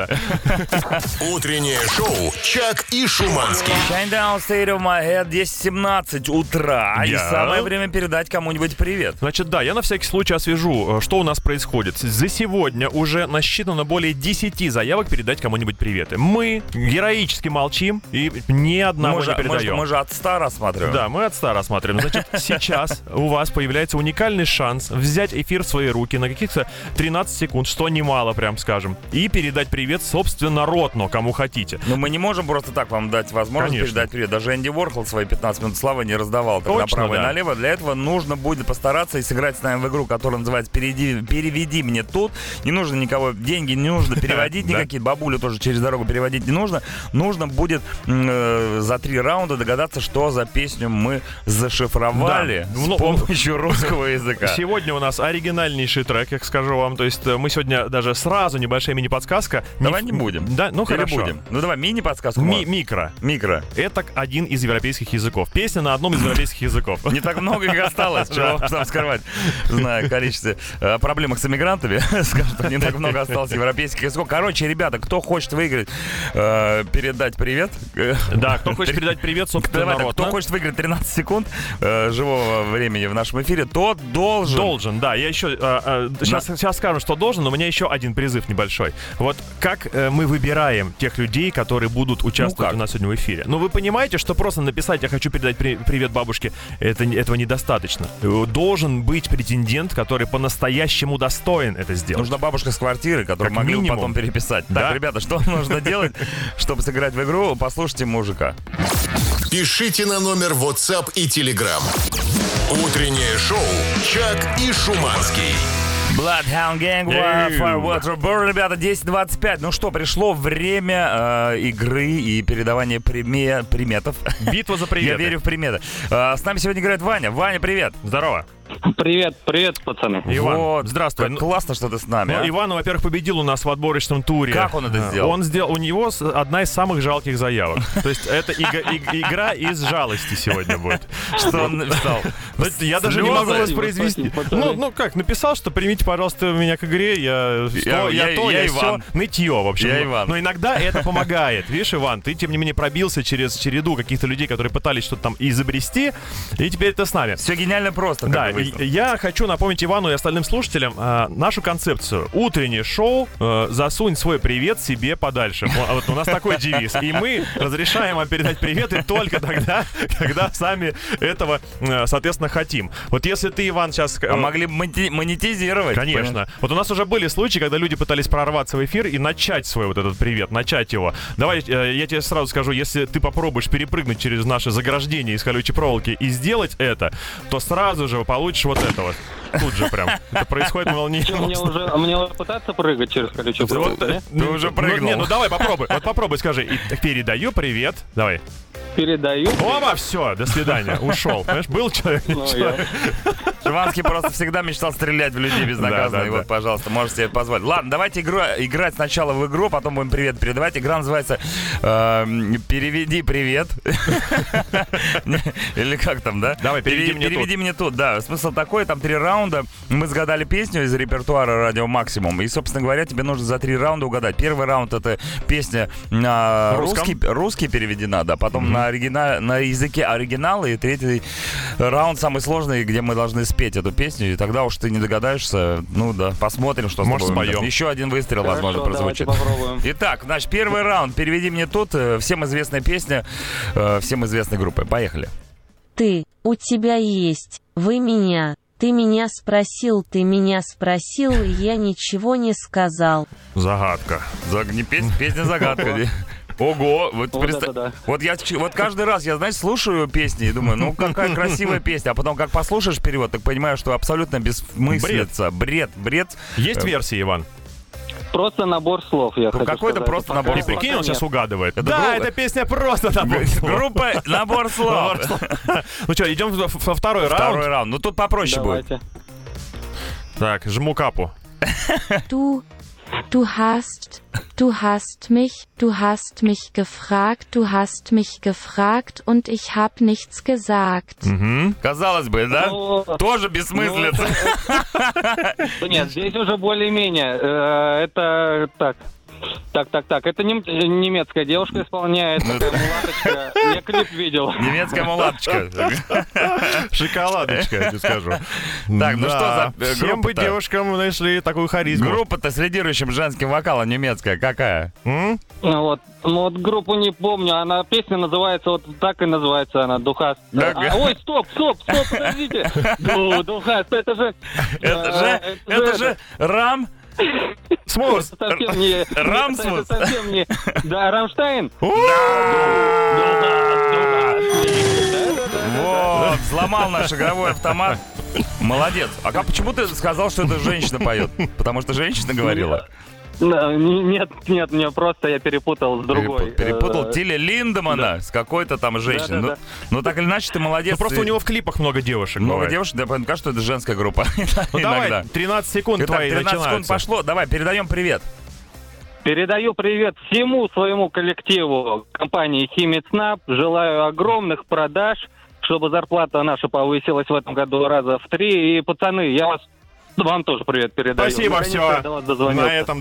Speaker 3: да.
Speaker 1: Утреннее шоу «Чак и Шуманский».
Speaker 2: Shine down, state of my head, 10.17 утра. И
Speaker 3: Я.
Speaker 2: самое время передать кому-нибудь привет.
Speaker 3: Значит, да, я на всякий случай освежу, э, что у нас происходит. За сегодня уже насчитано более 10 заявок передать кому-нибудь приветы. Мы героически молчим и ни одного
Speaker 2: мы,
Speaker 3: не
Speaker 2: же, мы, же,
Speaker 3: передаем.
Speaker 2: мы же от ста рассматриваем.
Speaker 3: Да, мы от ста рассматриваем. Значит, сейчас у вас появляется уникальный шанс взять эфир в свои руки на каких-то 13 секунд, что немало, прям скажем, и передать привет, собственно, ротно, кому хотите.
Speaker 2: Но Ну, мы не можем просто так вам дать возможность
Speaker 3: Конечно.
Speaker 2: передать привет. Даже Энди Ворхол свои 15 минут славы не раздавал так
Speaker 3: Точно,
Speaker 2: направо и
Speaker 3: да.
Speaker 2: налево. Для этого нужно будет постараться и сыграть с нами в игру, которая называется «Переведи, переведи мне тут». Не нужно никого, деньги не нужно переводить
Speaker 3: Да.
Speaker 2: никакие, бабулю тоже через дорогу переводить не нужно. Нужно будет м, э, за три раунда догадаться, что за песню мы зашифровали
Speaker 3: Да. Ну,
Speaker 2: с помощью русского языка.
Speaker 3: Сегодня у нас оригинальнейший трек, я скажу вам. То есть э, мы сегодня даже сразу небольшая мини-подсказка.
Speaker 2: Давай не будем.
Speaker 3: Да, ну
Speaker 2: Или
Speaker 3: хорошо.
Speaker 2: будем? Ну давай мини-подсказку.
Speaker 3: Ми-
Speaker 2: может?
Speaker 3: микро.
Speaker 2: Микро.
Speaker 3: Это один из европейских языков. Песня на одном из европейских языков.
Speaker 2: Не так много их осталось, чего уж там скрывать. Знаю количество э, проблем с иммигрантами. Скажут, не так много осталось европейских языков. Короче, ребята, кто хочет выиграть, э, передать привет. Э,
Speaker 3: Да, кто хочет передать привет, собственно,
Speaker 2: Давай так, кто
Speaker 3: народно.
Speaker 2: хочет выиграть 13 секунд э, живого времени в нашем эфире, тот должен.
Speaker 3: Должен, да. Я а, еще сейчас, сейчас скажу, что должен, но у меня еще один призыв небольшой. Вот как э, мы выбираем тех людей, которые будут участвовать
Speaker 2: как?
Speaker 3: у нас сегодня в эфире. Ну, вы понимаете, что просто написать "я хочу передать при- привет бабушке" это не- этого недостаточно. Э, Должен быть претендент, который по-настоящему достоин это сделать.
Speaker 2: Нужна бабушка с квартиры, которую
Speaker 3: Как
Speaker 2: могли бы
Speaker 3: минимум.
Speaker 2: потом переписать. Так,
Speaker 3: Да.
Speaker 2: ребята, что нужно делать, чтобы сыграть в игру? Послушайте мужика.
Speaker 1: Пишите на номер WhatsApp и Telegram. Утреннее шоу «Чак и Шуманский».
Speaker 2: Bloodhound Gang,
Speaker 3: Эй.
Speaker 2: Wildfire Waterboy, ребята, 10.25. Ну что, пришло время э, игры и передавания приме- приметов.
Speaker 3: Битва за привет.
Speaker 2: Я верю в приметы. Э, с нами сегодня играет Ваня. Ваня, привет.
Speaker 3: Здорово.
Speaker 5: Привет, привет, пацаны.
Speaker 3: Иван,
Speaker 2: Вот,
Speaker 3: здравствуй.
Speaker 2: как
Speaker 3: Ну,
Speaker 2: классно, что ты с нами.
Speaker 3: Ну,
Speaker 2: а.
Speaker 3: Иван, во-первых, победил у нас в отборочном туре.
Speaker 2: Как он это
Speaker 3: А,
Speaker 2: сделал?
Speaker 3: Он сделал, у него с- одна из самых жалких заявок. То есть это иго- иг- игра из жалости сегодня будет.
Speaker 2: Что он встал?
Speaker 3: То есть Я даже не могу
Speaker 2: Слезы.
Speaker 3: воспроизвести.
Speaker 5: Спасибо, пацаны.
Speaker 3: Ну, ну как, написал, что примите, пожалуйста, меня к игре, я
Speaker 2: Я-
Speaker 3: что, я
Speaker 2: я-
Speaker 3: то,
Speaker 2: я
Speaker 3: я
Speaker 2: Иван.
Speaker 3: все, нытье, в общем.
Speaker 2: Я
Speaker 3: Ну,
Speaker 2: Иван.
Speaker 3: Но иногда это помогает. Видишь, Иван, ты, тем не менее, пробился через череду каких-то людей, которые пытались что-то там изобрести, и теперь ты с нами.
Speaker 2: Все гениально просто. как
Speaker 3: Да,
Speaker 2: ты выяснил.
Speaker 3: и- я хочу напомнить Ивану и остальным слушателям э, нашу концепцию. Утреннее шоу э, «Засунь свой привет себе подальше». Во- Вот у нас такой девиз. И мы разрешаем вам передать приветы только тогда, когда сами этого, э, соответственно, хотим. Вот если ты, Иван, э, сейчас...
Speaker 2: А могли бы монти- монетизировать.
Speaker 3: Конечно. Вот у нас уже были случаи, когда люди пытались прорваться в эфир и начать свой вот этот привет, начать его. Давай, э, я тебе сразу скажу, если ты попробуешь перепрыгнуть через наше заграждение из колючей проволоки и сделать это, то сразу же получишь вот это вот. Тут же прям. Это происходит
Speaker 5: А Мне
Speaker 3: молниеносно.
Speaker 5: уже, мне уже пытаться прыгать через колючую проволоку,
Speaker 3: Вот, э,
Speaker 5: да?
Speaker 2: Ты уже
Speaker 3: ну,
Speaker 2: прыгнул.
Speaker 3: не, ну давай попробуй. Вот попробуй, скажи. И так, передаю привет. Давай.
Speaker 5: Передаю.
Speaker 3: Оба, все, до свидания. Ушел. Понимаешь, был человек.
Speaker 5: Ну, я-
Speaker 2: Шиванский просто всегда мечтал стрелять в людей безнаказанно.
Speaker 3: Да, да,
Speaker 2: и
Speaker 3: да.
Speaker 2: вот, пожалуйста, можете себе позволить. Ладно, давайте игру, играть сначала в игру, потом будем привет передавать. Игра называется эм, «Переведи привет». Или как там, да?
Speaker 3: Давай, «Переведи
Speaker 2: Пере-
Speaker 3: мне тут».
Speaker 2: «Переведи мне тут», да. Смысл такой, там три раунда. Мы загадали песню из репертуара «Радио Максимум». И, собственно говоря, тебе нужно за три раунда угадать. Первый раунд — это песня на
Speaker 3: Русском?
Speaker 2: русский, русский переведена, да. Потом на, оригина... на языке оригинала, и третий раунд самый сложный, где мы должны спеть эту песню, и тогда уж ты не догадаешься. Ну да, посмотрим, что с
Speaker 3: Может,
Speaker 2: тобой.
Speaker 3: споем.
Speaker 2: Еще один выстрел,
Speaker 5: Хорошо,
Speaker 2: возможно,
Speaker 5: давайте
Speaker 2: прозвучит.
Speaker 5: попробуем.
Speaker 2: Итак, наш первый раунд. Переведи мне тут э, всем известная песня, э, всем известной группы. Поехали.
Speaker 6: Ты, у тебя есть, вы меня, ты меня спросил, ты меня спросил, и я ничего не сказал.
Speaker 3: Загадка.
Speaker 2: Заг- не пес- Песня загадка. Ого, вот,
Speaker 5: Вот
Speaker 2: представь-
Speaker 5: это да.
Speaker 2: вот я ч- вот каждый раз я, знаешь, слушаю песни и думаю, ну какая красивая песня, а потом как послушаешь перевод, так понимаю, что абсолютно бессмыслица, бред, бред.
Speaker 3: Есть
Speaker 2: Э,
Speaker 3: версия, Иван?
Speaker 5: Просто набор слов, я хочу
Speaker 2: Ну, какой-то
Speaker 5: сказать.
Speaker 2: просто
Speaker 5: Пока
Speaker 2: набор
Speaker 3: И
Speaker 5: пока
Speaker 2: слов.
Speaker 3: прикинь, он
Speaker 5: нет.
Speaker 3: сейчас угадывает.
Speaker 2: Это
Speaker 3: да,
Speaker 2: грубо.
Speaker 3: эта песня просто там.
Speaker 2: г- Группа «Набор слов».
Speaker 3: Набор Ну что, идем во во второй
Speaker 2: Второй
Speaker 3: раунд.
Speaker 2: раунд. Ну тут попроще будет.
Speaker 5: Давайте.
Speaker 3: Так, жму капу.
Speaker 7: Du, du hast, du hast mich, du hast mich gefragt, du hast mich gefragt und ich hab nichts gesagt.
Speaker 3: Мгм.
Speaker 2: Казалось бы, да?
Speaker 5: Ну,
Speaker 2: Тоже бессмыслица.
Speaker 5: да нет, здесь уже более-менее. Э, Это так. Так, так, так. Это нем- э, немецкая девушка исполняет.
Speaker 2: Ну
Speaker 5: Такая мулаточка. Я клип видел.
Speaker 2: Немецкая мулаточка.
Speaker 3: Шоколадочка, я тебе скажу. Так,
Speaker 2: Так, ну что за, э,
Speaker 3: Всем бы
Speaker 2: группа-то?
Speaker 3: девушкам нашли такую харизму.
Speaker 2: Группа-то с лидирующим женским вокалом немецкая какая?
Speaker 3: М?
Speaker 5: Ну Вот. Ну вот группу не помню. Она песня называется вот так и называется она. Духа.
Speaker 2: Так.
Speaker 5: А, ой, стоп, стоп, стоп, подождите. Ну, Духа, это же...
Speaker 2: Это же,
Speaker 5: э,
Speaker 2: это же Рам
Speaker 3: Смус.
Speaker 5: это совсем не...
Speaker 2: Рамсмус.
Speaker 5: Это совсем не... Да, Рамштайн.
Speaker 2: Вот, взломал наш игровой автомат. Молодец. А как, почему ты сказал, что это женщина поет? Потому что женщина говорила.
Speaker 5: Да, не- Нет, нет, мне просто я перепутал с другой.
Speaker 2: Перепу- Перепутал
Speaker 5: Э,
Speaker 2: Тилли Линдемана с какой-то там женщиной. Ну,
Speaker 5: Да-да-да.
Speaker 2: ну, так или иначе, ты молодец.
Speaker 3: Ну просто у
Speaker 2: И
Speaker 3: него в клипах много девушек
Speaker 2: много
Speaker 3: бывает.
Speaker 2: девушек, да, поэтому кажется, что это женская группа.
Speaker 3: Ну
Speaker 2: Иногда.
Speaker 3: давай, 13 секунд
Speaker 2: Итак,
Speaker 3: твои
Speaker 2: 13 секунд
Speaker 3: начинаются.
Speaker 2: пошло. Давай, передаем привет.
Speaker 5: Передаю привет всему своему коллективу компании «Химицнаб». Желаю огромных продаж, чтобы зарплата наша повысилась в этом году раза в три. И, пацаны, я вас вам тоже привет передаю.
Speaker 3: Спасибо,
Speaker 5: Наконец-то
Speaker 3: все.
Speaker 5: я до вас дозвонился.
Speaker 3: На этом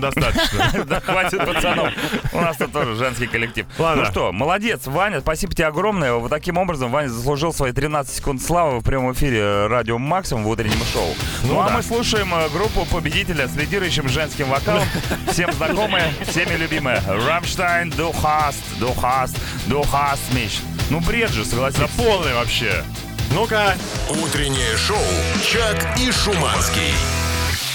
Speaker 3: достаточно.
Speaker 2: Да хватит пацанов. У нас тут тоже женский коллектив.
Speaker 3: Ладно.
Speaker 2: Ну что, молодец, Ваня, спасибо тебе огромное. Вот таким образом Ваня заслужил свои 13 секунд славы в прямом эфире э, радио Максимум в утреннем шоу. Ну, а
Speaker 3: да.
Speaker 2: мы слушаем э, группу победителя с лидирующим женским вокалом. Всем знакомая, всеми любимая. Рамштайн, du hast, du hast, du hast mich. Ну бред же, согласись.
Speaker 3: Полный вообще. Ну-ка.
Speaker 1: Утреннее шоу «Чак и Шуманский».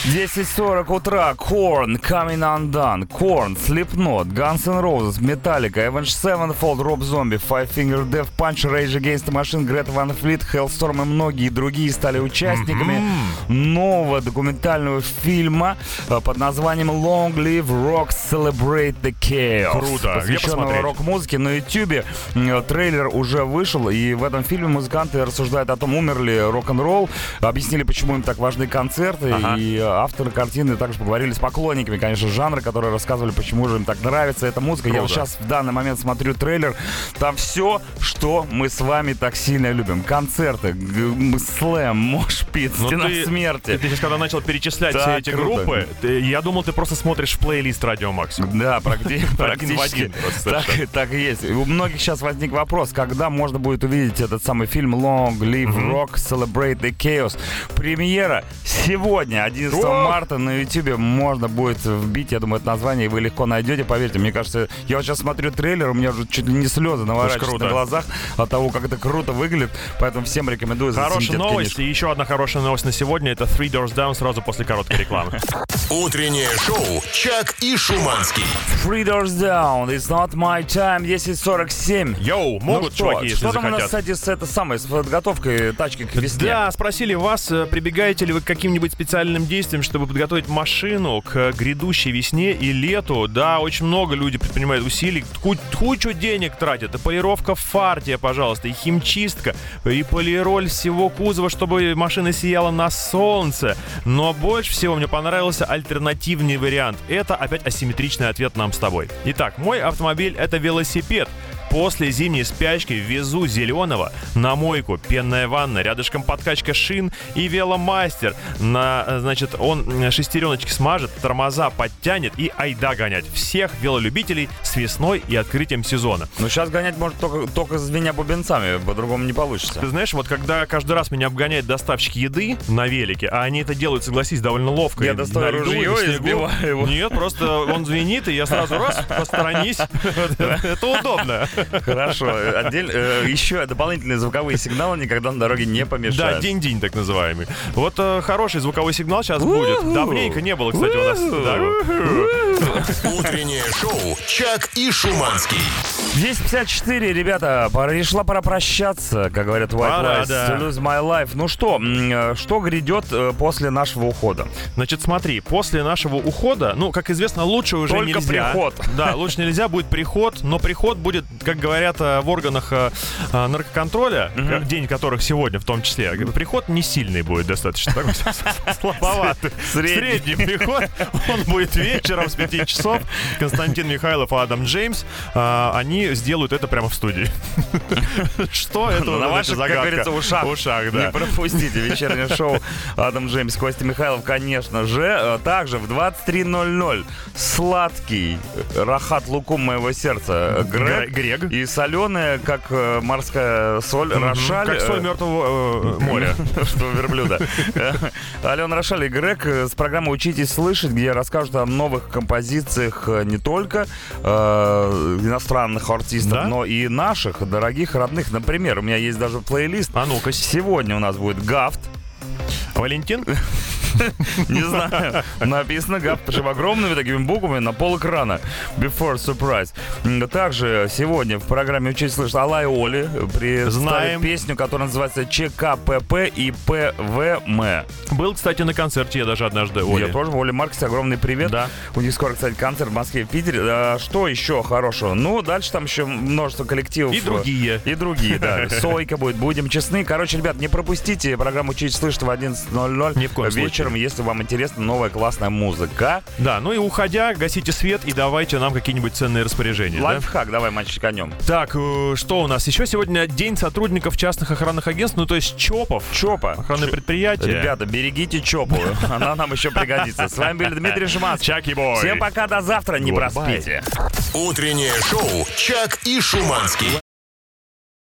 Speaker 2: 10.40 утра, Корн, Coming Undone, Корн, Slipknot, Guns N' Roses, Metallica, Avenged Sevenfold, Rob Zombie, Five Finger Death Punch, Rage Against the Machine, Greta Van Fleet, Hellstorm и многие другие стали участниками нового документального фильма э, под названием Long Live Rock Celebrate the Chaos.
Speaker 3: Круто. Где
Speaker 2: Посвященного
Speaker 3: посмотреть?
Speaker 2: рок-музыке на ютюбе. Э, Трейлер уже вышел, и в этом фильме музыканты рассуждают о том, умер ли рок-н-ролл, объяснили, почему им так важны концерты,
Speaker 3: Ага.
Speaker 2: и э, авторы картины также поговорили с поклонниками, конечно, жанра, которые рассказывали, почему же им так нравится эта музыка. Я вот
Speaker 3: Круто.
Speaker 2: сейчас в данный момент смотрю трейлер, там все, что мы с вами так сильно любим. Концерты, г- м, слэм, мошпит,
Speaker 3: Ну
Speaker 2: стена
Speaker 3: ты-
Speaker 2: смерти.
Speaker 3: Ты сейчас, когда начал перечислять
Speaker 2: Так,
Speaker 3: все эти
Speaker 2: круто.
Speaker 3: группы, ты- я думал, ты просто смотришь в плейлист Радио Максимум.
Speaker 2: Да, практи-
Speaker 3: Один в
Speaker 2: практически.
Speaker 3: один просто
Speaker 2: Так, так и есть. И У многих сейчас возник вопрос, когда можно будет увидеть этот самый фильм Long Live Rock Celebrate the Chaos. Премьера сегодня, 11
Speaker 3: О!
Speaker 2: марта на YouTube можно будет вбить, я думаю, это название, и вы легко найдете, поверьте. Мне кажется, я вот сейчас смотрю трейлер, у меня уже чуть ли не слезы наворачиваются
Speaker 3: круто.
Speaker 2: на глазах от того, как это круто выглядит. Поэтому всем рекомендую зацените
Speaker 3: Хорошая
Speaker 2: это,
Speaker 3: новость,
Speaker 2: конечно.
Speaker 3: и еще одна хорошая новость на сегодня, это Three Doors Down сразу после короткой рекламы.
Speaker 1: Утреннее шоу «Чак и Шуманский».
Speaker 2: Three Doors Down, It's Not My Time, 10.47.
Speaker 3: Йоу, могут
Speaker 2: ну что,
Speaker 3: чуваки, если
Speaker 2: что там у нас,
Speaker 3: захотят.
Speaker 2: кстати, с, это самое, с подготовкой тачки к весне?
Speaker 3: Да, спросили вас, э, прибегаете ли вы к каким-нибудь специальным действиям, чтобы подготовить машину к э, грядущей весне и лету. Да, очень много людей предпринимают усилий, ку- кучу денег тратят. И полировка фартия, пожалуйста, и химчистка, и полироль всего кузова, чтобы машина сияла на солнце. Но больше всего мне понравился альтернативный вариант. Это опять асимметричный ответ нам с тобой. Итак, мой автомобиль — это велосипед. После зимней спячки везу зеленого на мойку. Пенная ванна, рядышком подкачка шин и веломастер. На, э, значит, он м, шестереночки смажет, тормоза подтянет и айда гонять. Всех велолюбителей с весной и открытием сезона.
Speaker 2: Ну, сейчас гонять может только, только звеня бубенцами, по-другому не получится.
Speaker 3: Ты знаешь, вот когда каждый раз меня обгоняет доставщик еды на велике, а они это делают, согласись, довольно ловко.
Speaker 2: Я
Speaker 3: и
Speaker 2: достаю
Speaker 3: на льду,
Speaker 2: ружье
Speaker 3: в
Speaker 2: и
Speaker 3: снегу.
Speaker 2: сбиваю его.
Speaker 3: Нет, просто он звенит, и я сразу раз, посторонись. Это удобно.
Speaker 2: Хорошо. Отдель- э, еще дополнительные звуковые сигналы никогда на дороге не
Speaker 3: Да,
Speaker 2: помешают.
Speaker 3: день-день так называемый. Вот э, хороший звуковой сигнал сейчас будет.
Speaker 2: У-ху.
Speaker 3: Давненько не было, кстати, у нас.
Speaker 2: У-ху.
Speaker 3: Да.
Speaker 1: Утреннее шоу «Чак и Шуманский».
Speaker 2: 10.54, ребята, пришла пора прощаться, как говорят White
Speaker 3: Пора,
Speaker 2: Lies,
Speaker 3: да.
Speaker 2: to lose my life. Ну что, м, э, что грядет э, после нашего ухода?
Speaker 3: Значит, смотри, после нашего ухода, ну, как известно, лучше уже
Speaker 2: Только
Speaker 3: нельзя.
Speaker 2: приход.
Speaker 3: Да, лучше нельзя, будет приход, но приход будет, как говорят э, в органах э, э, наркоконтроля, э, день которых сегодня в том числе, приход не сильный будет достаточно, такой слабоватый.
Speaker 2: Средний.
Speaker 3: Средний приход, он будет вечером с 5 часов. Константин Михайлов и Адам Джеймс, э, они сделают это прямо в студии. Что это? вот
Speaker 2: Ну, На
Speaker 3: эта
Speaker 2: ваших, как
Speaker 3: загадка?
Speaker 2: говорится, ушах.
Speaker 3: Ушах,
Speaker 2: Не
Speaker 3: да.
Speaker 2: пропустите вечернее шоу Адам Джеймс, Костя Михайлов, конечно же. Э, Также в 23.00 сладкий э, рахат лукум моего сердца э, Грег.
Speaker 3: Грег.
Speaker 2: И соленая, как э, морская соль,
Speaker 3: Мгм.
Speaker 2: Рошаль.
Speaker 3: Как соль
Speaker 2: э,
Speaker 3: мертвого э, моря.
Speaker 2: Что верблюда. Э, Алена Рошаль и Грег э, с программы «Учитесь слышать», где расскажут о новых композициях э, не только э, иностранных артистов,
Speaker 3: Да?
Speaker 2: но и наших, дорогих, родных. Например, у меня есть даже плейлист.
Speaker 3: А ну-ка,
Speaker 2: Сегодня у нас будет «Гафт».
Speaker 3: Валентин?
Speaker 2: Не знаю. Написано «Гафт», причем огромными такими буквами на пол экрана. Before Surprise. М, Также сегодня в программе «Учитесь слышать» Алай Оли представит
Speaker 3: Знаем.
Speaker 2: песню, которая называется «ЧКПП и ПВМ».
Speaker 3: Был, кстати, на концерте я даже однажды, Оля.
Speaker 2: Я тоже. Оле Маркс, огромный привет.
Speaker 3: Да.
Speaker 2: У них скоро, кстати, концерт в Москве, в Питере. А, что еще хорошего? Ну, дальше там еще множество коллективов.
Speaker 3: И другие.
Speaker 2: И другие, да. Сойка будет, будем честны. Короче, ребят, не пропустите программу «Учить слышать» в 11.00
Speaker 3: Ни в коем
Speaker 2: вечером, если вам интересна новая классная музыка.
Speaker 3: Да, ну и уходя, гасите свет и давайте нам какие-нибудь ценные распоряжения. да?
Speaker 2: Лайфхак, давай, мальчик, о нем.
Speaker 3: Так, э, что у нас? Еще сегодня день сотрудников частных охранных агентств, ну то есть ЧОПов.
Speaker 2: Чопа.
Speaker 3: Охранное предприятие.
Speaker 2: Ребята, берегите Чопу. Она нам еще пригодится. С вами был Дмитрий Шиманский.
Speaker 3: Чаки бой.
Speaker 2: Всем пока, до завтра, не
Speaker 3: Goodbye.
Speaker 2: проспите.
Speaker 1: Утреннее шоу «Чак и Шуманский».